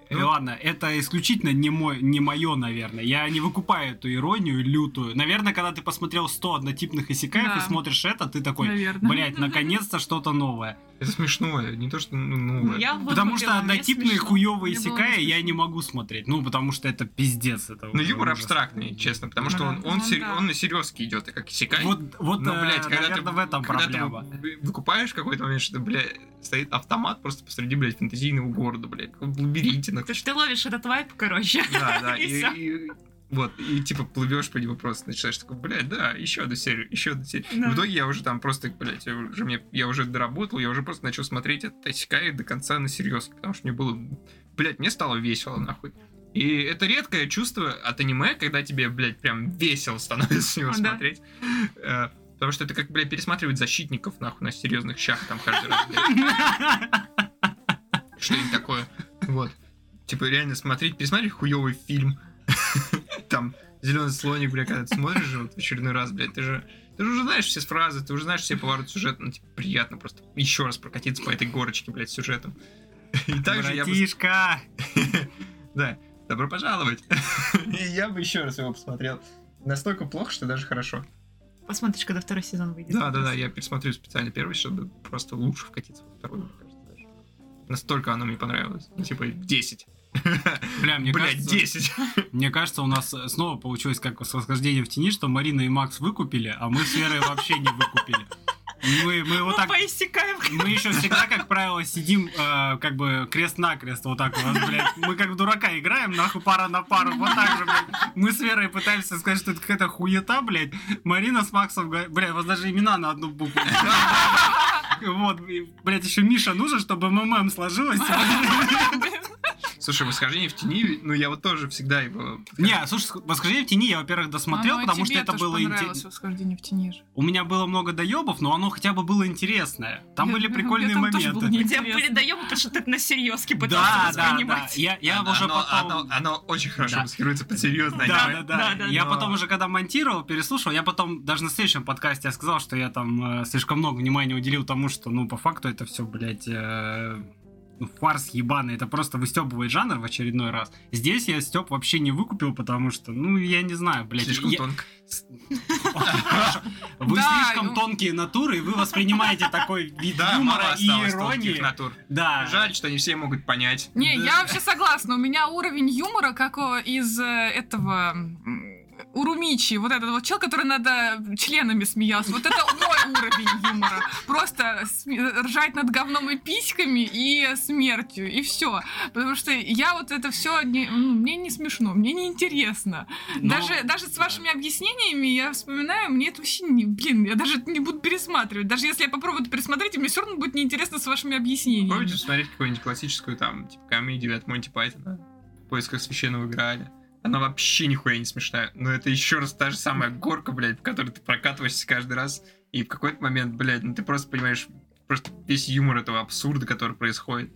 S2: Э,
S1: Ну.
S2: Ладно, это исключительно не, мой, не мое, наверное. Я не выкупаю эту иронию лютую. Наверное, когда ты посмотрел 100 однотипных Исикаев и
S3: Да.
S2: смотришь это, ты такой,
S3: Наверное.
S2: блять, наконец-то что-то новое.
S1: Это смешно, не то, что ну, новое.
S4: Я выкупила,
S2: Потому что
S4: мне
S2: однотипные
S4: смешно.
S2: хуёвые
S3: Мне было
S2: секая
S3: не
S2: я
S3: смешно.
S2: не могу смотреть. Ну, потому что это пиздец. Это
S1: Но
S2: уже
S1: Ну, юмор
S2: ужас.
S1: абстрактный, честно, потому что
S3: Да,
S1: он, он,
S3: он
S1: сер-
S3: да.
S1: он на серьезке идет, как Исекай.
S2: Вот, вот
S1: Но, Ну, блядь,
S2: э,
S1: когда ты,
S2: наверное, в этом
S1: когда ты
S2: проблема.
S1: вы- выкупаешь какой-то момент, что, блядь, стоит автомат просто посреди, блядь, фэнтезийного города, блядь, в лабиринте. на-
S4: То есть ты ловишь этот вайп, короче.
S1: Да, да,
S4: И
S1: и,
S4: всё.
S1: и- вот, и типа плывешь по нему просто, начинаешь такой, блядь, да, еще одну серию, еще одну серию.
S4: Да.
S1: В итоге я уже там просто, блядь, я уже, мне, я уже доработал, я уже просто начал смотреть этот Тасикай до конца на серьез, потому что мне было, блядь, мне стало весело, нахуй. И это редкое чувство от аниме, когда тебе, блядь, прям весело становится с него
S4: Да.
S1: смотреть. Э, Потому что это как, блядь, пересматривать защитников, нахуй, на серьезных щах там каждый раз, блядь, что-нибудь такое. Вот. Типа реально смотреть, пересмотреть хуёвый фильм. Там зеленый слоник, бля, когда ты смотришь же вот в очередной раз, блядь, ты же ты же уже знаешь все фразы, ты уже знаешь все повороты сюжета, ну, типа, приятно просто еще раз прокатиться по этой горочке, блядь, с сюжетом. И также я бы...
S2: Братишка!
S1: Да, добро пожаловать. И я бы еще раз его посмотрел. Настолько плохо, что даже хорошо.
S4: Посмотришь, когда второй сезон выйдет.
S1: Да, да, да, я пересмотрю специально первый, чтобы просто лучше вкатиться во второй, мне кажется, даже. Настолько оно мне понравилось. Ну, Типа 10.
S2: Бля, мне
S1: Блядь,
S2: кажется,
S1: 10.
S2: мне кажется, у нас э, снова получилось как с восхождением в тени, что Марина и Макс выкупили, а мы с Верой вообще не выкупили. Мы, мы
S4: Мы
S2: вот так
S4: поиссякаем.
S2: мы еще всегда, как правило, сидим э, как бы крест-накрест, вот так вот, блядь. Мы как в дурака играем, нахуй пара на пару, вот так же, блядь. Мы с Верой пытаемся сказать, что это какая-то хуета, блядь. Марина с Максом говорит, блядь, у вас даже имена на одну букву. Вот, и, блядь, еще Миша нужен, чтобы МММ сложилось.
S1: Слушай, восхождение в тени, ну я вот тоже всегда его.
S2: Не, слушай, «Восхождение в тени» я, во-первых, досмотрел,
S3: Оно и
S2: потому что
S3: А, ну, тебе
S2: это
S3: тоже
S2: было
S3: понравилось,
S2: интересно.
S3: «Восхождение в тени» же.
S2: У меня было много доебов, но оно хотя бы было интересное. Там
S3: Я-
S2: были
S3: я- я
S2: прикольные
S3: там тоже было
S2: моменты.
S3: не-
S4: Тебя
S3: Интересно.
S4: передаем, потому что ты это на серьезке
S2: Да,
S4: пытался
S2: да, да.
S4: воспринимать.
S2: Я, я
S1: Оно-
S2: уже
S1: оно,
S2: потом...
S1: Оно, оно очень хорошо
S2: Да.
S1: маскируется под серьезное
S2: Да, да,
S1: аниме.
S2: да.
S4: Да, да,
S2: я
S1: да.
S2: потом уже когда монтировал, переслушал, я потом даже на следующем подкасте я сказал, что я там э, слишком много внимания уделил тому, что, ну, по факту это все, блядь, э, ну, фарс ебаный. Это просто выстебывает жанр в очередной раз. Здесь я степ вообще не выкупил, потому что, ну, я не знаю, блядь.
S1: Слишком
S2: я-
S1: тонко.
S2: Хорошо. Вы
S3: Да,
S2: слишком
S3: ну-
S2: тонкие натуры, и вы воспринимаете такой вид
S1: Да, мало
S2: юмора и
S1: осталось тонких
S2: иронии.
S1: натур.
S2: Да.
S1: Жаль, что не все могут понять.
S3: Не,
S2: Да.
S3: я вообще согласна. У меня уровень юмора, как о- из э, этого м, Урумичи, вот этот вот чел, который надо членами смеялся, вот это мой уровень юмора. Просто сме- ржать над говном и письками, и смертью, и все. Потому что я вот это все, мне не смешно, мне не интересно.
S2: Но-
S3: даже, даже с вашими объяснениями я вспоминаю, мне это вообще не, блин, я даже это не буду пересматривать. Даже если я попробую это пересмотреть, мне все равно будет неинтересно с вашими объяснениями.
S1: Помните смотреть какую-нибудь классическую там, типа, комедию от Монти Пайтона? В поисках священного Грааля. Она вообще нихуя не смешная. Но это еще раз та же самая горка, блядь, в которой ты прокатываешься каждый раз. И в какой-то момент, блядь, ну ты просто понимаешь просто весь юмор этого абсурда, который происходит.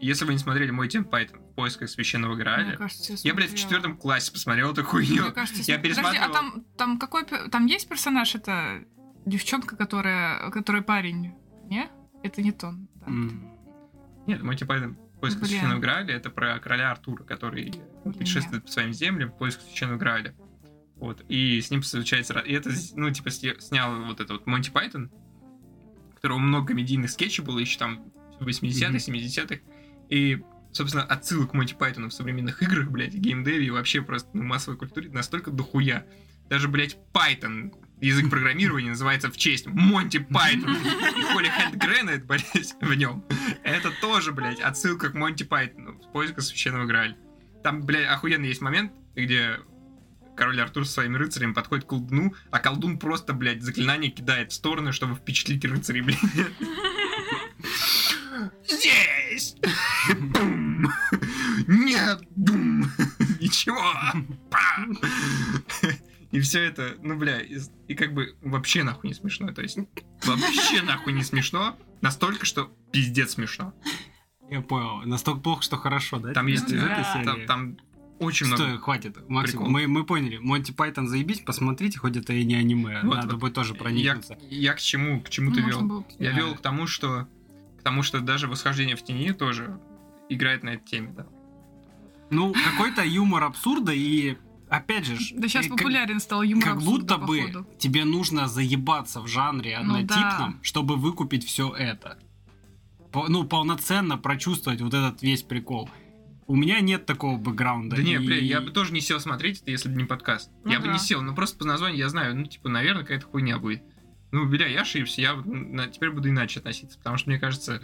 S1: Если вы не смотрели мой Тим Пайтон в поисках священного
S3: Мне
S1: Грааля,
S3: кажется,
S1: я, блядь, в
S3: смотрела.
S1: четвертом классе посмотрел эту хуйню.
S3: Мне кажется,
S1: Я
S3: если- Подожди, а
S1: пересматривал.
S3: там, там какой... пе- Там есть персонаж, это девчонка, которая... Который парень? Не? Это не то. да.
S2: М.
S1: Нет, Монти Пайтон в поисках
S3: Блин.
S1: священного Грааля это про короля Артура, который
S3: Блин,
S1: путешествует по своим землям в поисках священного Грааля. Вот. И с ним случается... ра- И это, ну, типа, сня- снял вот этот вот Монти Пайтон, у которого много комедийных скетчей было еще там в 80-х,
S2: Мгм.
S1: 70-х. И, собственно, отсылок к Монти Пайтону в современных играх, блядь, и геймдеве, и вообще просто ну, массовой культуре настолько дохуя. Даже, блядь, Пайтон, язык программирования, называется в честь Монти Пайтон. И Холли Хэнд Грэнет, блядь, в нем. Это тоже, блядь, отсылка к Монти Пайтону в поисках священного Грааля. Там, блядь, охуенный есть момент, где король Артур со своими рыцарями подходит к колдуну, а колдун просто, блядь, заклинание кидает в стороны, чтобы впечатлить рыцарей, блядь. Здесь! Бум! Нет! Бум! Ничего! Па! И все это, ну, бля, и, и как бы вообще нахуй не смешно. То есть вообще нахуй не смешно. Настолько, что пиздец смешно.
S2: Я понял. Настолько плохо, что хорошо, да?
S1: Там есть...
S2: из
S1: э,
S2: этой
S1: Там,
S4: да.
S2: серии?
S1: там очень
S2: Стой,
S1: много...
S2: хватит, Максим,
S1: приколов.
S2: мы, мы поняли. Монти Пайтон заебись, посмотрите, хоть это и не аниме.
S1: Вот,
S2: Надо
S1: вот.
S2: будет тоже
S1: Я,
S2: проникнуться.
S1: я к чему, к
S2: ну
S1: чему ты
S3: Ну, Можно
S1: вел?
S3: было бы-
S1: Я
S2: Да.
S1: вел к тому, что к тому, что даже восхождение в тени тоже играет на этой теме, да.
S2: Ну, какой-то юмор абсурда и... Опять же, ж,
S3: Да сейчас
S2: э, как-
S3: популярен стал юмор
S2: Как
S3: абсурда,
S2: будто бы
S3: походу.
S2: тебе нужно заебаться в жанре
S3: Ну
S2: однотипном,
S3: да.
S2: чтобы выкупить все это. По- ну, полноценно прочувствовать вот этот весь прикол. У меня нет такого бэкграунда.
S1: Да, не,
S2: и-
S1: бля, я бы тоже не сел смотреть это, если бы не подкаст.
S3: Ну
S1: я бы
S3: да.
S1: не сел, но просто по названию я знаю, ну, типа, наверное, какая-то хуйня будет. Ну, бля, я ошибся, я вот на- теперь буду иначе относиться, потому что мне кажется,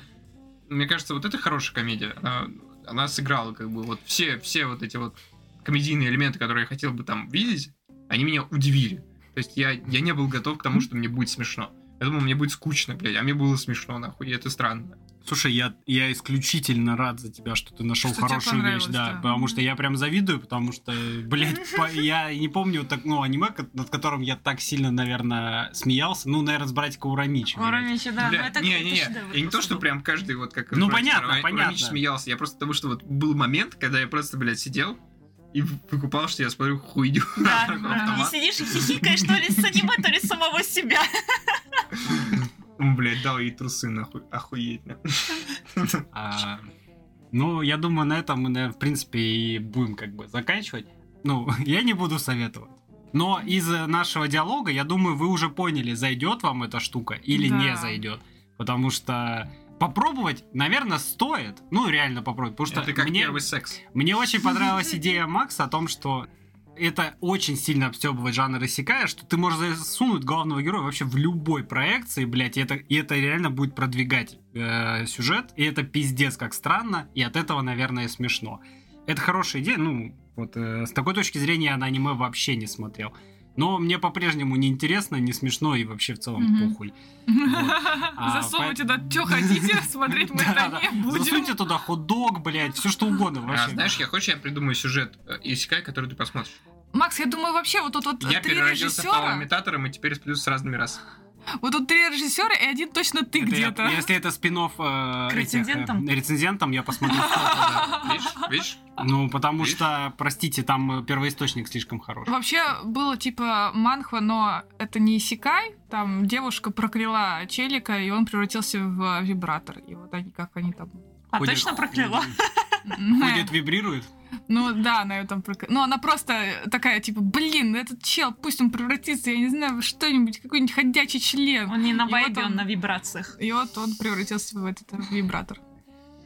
S1: мне кажется, вот это хорошая комедия, она, она сыграла, как бы, вот все, все вот эти вот комедийные элементы, которые я хотел бы там видеть, они меня удивили. То есть я, я не был готов к тому, что мне будет смешно. Я думал, мне будет скучно, блядь, а мне было смешно, нахуй, и это странно.
S2: Слушай, я, я исключительно рад за тебя, что ты нашел
S3: Что тебе
S2: хорошую вещь,
S3: понравилось,
S2: да,
S3: да.
S2: Потому что я прям завидую, потому что, блядь, по- я не помню так, ну, аниме, ко- над которым я так сильно, наверное, смеялся. Ну, наверное, с братика Урамичи. блядь.
S4: Урамичи, да.
S1: Бля,
S4: ну это-
S1: не,
S4: это
S1: не, не.
S4: шедевр
S1: Я не то,
S4: просто
S1: что
S4: был.
S1: прям каждый вот как...
S2: Ну,
S1: врач
S2: понятно,
S1: Ра- Ра-
S2: понятно.
S1: Рамич смеялся. Я просто потому, что вот был момент, когда я просто, блядь, сидел и выкупал, что я смотрю хуйню.
S4: Да, да. И
S1: Автомат.
S4: сидишь и хихикаешь то ли с аниме, то ли с самого себя.
S1: М, Блядь, дал ей трусы, нахуй. Охуеть.
S2: А, ну, я думаю, на этом мы, наверное, в принципе, и будем как бы заканчивать. Ну, я не буду советовать. Но из э, нашего диалога, я думаю, вы уже поняли, зайдет вам эта штука или
S3: Да.
S2: не зайдет. Потому что попробовать, наверное, стоит. Ну, реально попробовать. Потому что
S1: Это как
S2: мне,
S1: первый секс.
S2: мне очень понравилась идея Макса о том, что это очень сильно обстебывает жанр иссякая, что ты можешь засунуть главного героя вообще в любой проекции, блядь, и это, и это реально будет продвигать э, сюжет, и это пиздец как странно, и от этого, наверное, смешно. Это хорошая идея, ну, вот э, с такой точки зрения я на аниме вообще не смотрел. Но мне по-прежнему не интересно, не смешно и вообще в целом
S3: Мгм.
S2: похуй. А,
S3: Засовывайте
S2: по-
S3: туда, что хотите, смотреть мы
S2: Да,
S3: это
S2: да.
S3: не будем.
S2: Засуньте туда хот-дог, блядь, все что угодно
S1: А,
S2: вообще.
S1: знаешь, я хочешь, я придумаю сюжет э, Исекай, который ты посмотришь.
S3: Макс, я думаю, вообще вот тут вот
S4: А
S1: Я
S3: три
S1: переродился в Павла
S3: режиссера,
S1: Имитатором и теперь сплю с разными расами.
S3: вот тут три режиссера и один точно ты
S2: Это я-
S3: где-то.
S2: если это спин-офф э,
S4: К
S2: этих, э,
S4: рецензентам?
S2: рецензентам, я посмотрю. что это,
S1: Видишь? Видишь?
S2: да. Ну, потому
S1: Видишь?
S2: что, простите, там э, первоисточник слишком хороший.
S3: Вообще было типа манхва, но это не Исикай. Там девушка прокляла челика, и он превратился в вибратор. И вот они как они там.
S4: А
S2: Ходит-
S4: точно прокляла?
S2: Ходит, вибрирует.
S3: Ну да, она ее там прокляла. Ну она просто такая типа, блин, этот чел, пусть он превратится, я не знаю, во что-нибудь, какой-нибудь ходячий член.
S4: Он не на
S3: И вот
S4: вайбе, он
S3: он-
S4: на вибрациях.
S3: И вот он превратился в этот э, вибратор.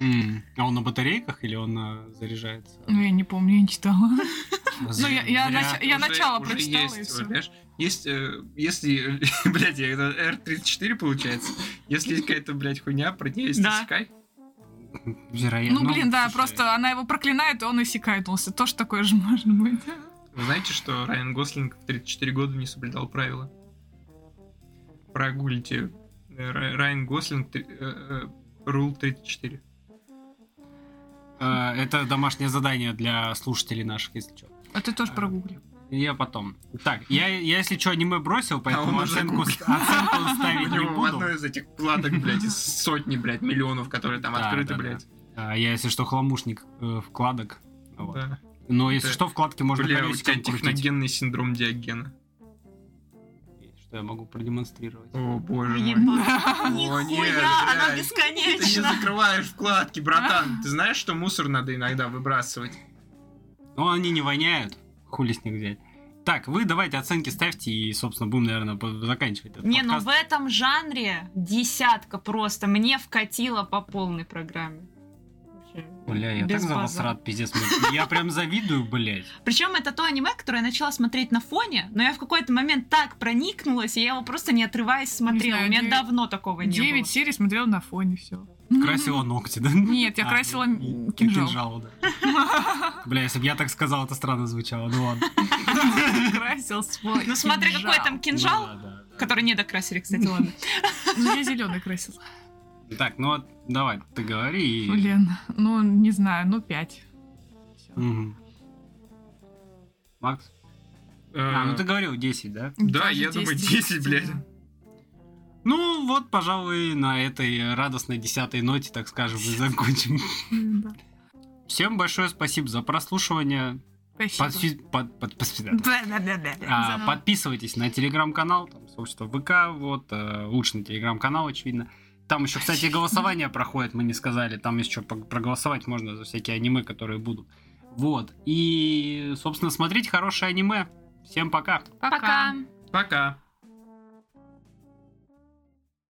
S2: М. А он на батарейках или он а, заряжается?
S3: Ну, я не помню, я не читала.
S2: Зря.
S3: Ну, я- я
S1: Бля,
S3: нач- я
S1: уже-
S3: начало
S1: уже
S3: прочитала, и
S1: есть,
S3: всё.
S1: понимаешь? Есть, э, если, блядь, я- это R34 получается, если есть какая-то, блядь, хуйня, про нее есть
S4: Да.
S1: Isekai.
S2: Вероятно.
S3: Ну, блин, да,
S2: слушай,
S3: просто она его проклинает, и он иссякается. Тоже такое же может быть.
S1: Вы знаете, что Райан Гослинг в 34 года не соблюдал правила? Прогуглите. Э, Ра- Райан Гослинг, три- э, э, Rule 34.
S2: э, Это домашнее задание для слушателей наших, если что.
S3: А ты тоже прогугли.
S2: Я потом. Так, я, я если что, аниме бросил, поэтому
S1: А он уже
S2: оценку,
S1: гуглит.
S2: оценку
S1: У
S2: ставить не
S1: него в
S2: буду.
S1: одной из этих платок, блядь, из сотни, блядь, миллионов, которые там
S2: Да,
S1: открыты,
S2: да, да.
S1: блядь.
S2: А я, если что, хламушник э, вкладок. Вот.
S1: Да.
S2: Но если
S1: Это-
S2: что, вкладки можно
S1: Бля, у тебя
S2: колесиком крутить.
S1: техногенный синдром Диогена.
S2: Что я могу продемонстрировать?
S1: О, боже мой.
S4: Ебать.
S1: О, нет,
S4: Нихуя, она
S1: блядь. Ты не
S4: бесконечна.
S1: закрываешь вкладки,
S2: А.
S1: братан. Ты знаешь, что мусор надо иногда выбрасывать?
S2: Но Ну, они не воняют. Хули с них взять. Так, вы давайте оценки ставьте и, собственно, будем, наверное, по- заканчивать этот
S4: Не, ну
S2: подкаст.
S4: в этом жанре десятка просто. Мне вкатило по полной программе. Вообще,
S2: Бля, я
S4: без
S2: так
S4: базара.
S2: завосрат, пиздец. мы- Я прям завидую, блядь.
S4: Причем это то аниме, которое я начала смотреть на фоне, но я в какой-то момент так проникнулась, и я его просто не отрываясь смотрела.
S3: знаю,
S4: У меня
S3: девять-
S4: давно такого не
S3: Девять
S4: было.
S3: серий смотрела на фоне, все.
S4: Ну,
S2: Красила ногти, да?
S3: Нет, я
S2: А,
S3: красила
S2: и- и
S3: кинжал.
S2: да. Бля, если бы я так сказал, это странно звучало. Ну ладно.
S3: Красил свой
S4: Ну смотри,
S3: кинжал.
S4: какой там кинжал,
S2: Ну да, да, да.
S4: который не докрасили, кстати, ладно.
S3: Ну, я зеленый красил.
S2: Так, ну вот, давай, ты говори. и-
S3: Блин, ну, не знаю, ну, пять. Всё.
S2: Мгм. Макс? А, ну ты говорил 10, да?
S1: Э, Да,
S3: Даже
S1: я думаю, 10, блядь.
S3: действительно.
S2: Ну вот, пожалуй, на этой радостной десятой ноте, так скажем, и закончим.
S3: М, да.
S2: Всем большое спасибо за прослушивание.
S3: Спасибо.
S2: Подфи- под- под- подфи-
S4: Да-да-да-да.
S2: А,
S3: Заново.
S2: подписывайтесь на телеграм-канал, там, собственно, ВК, вот, э, лучше на телеграм-канал, очевидно. Там еще, кстати, голосование проходит, мы не сказали, там еще по- проголосовать можно за всякие аниме, которые будут. Вот, и, собственно, смотрите хорошее аниме. Всем пока!
S4: Пока.
S1: Пока.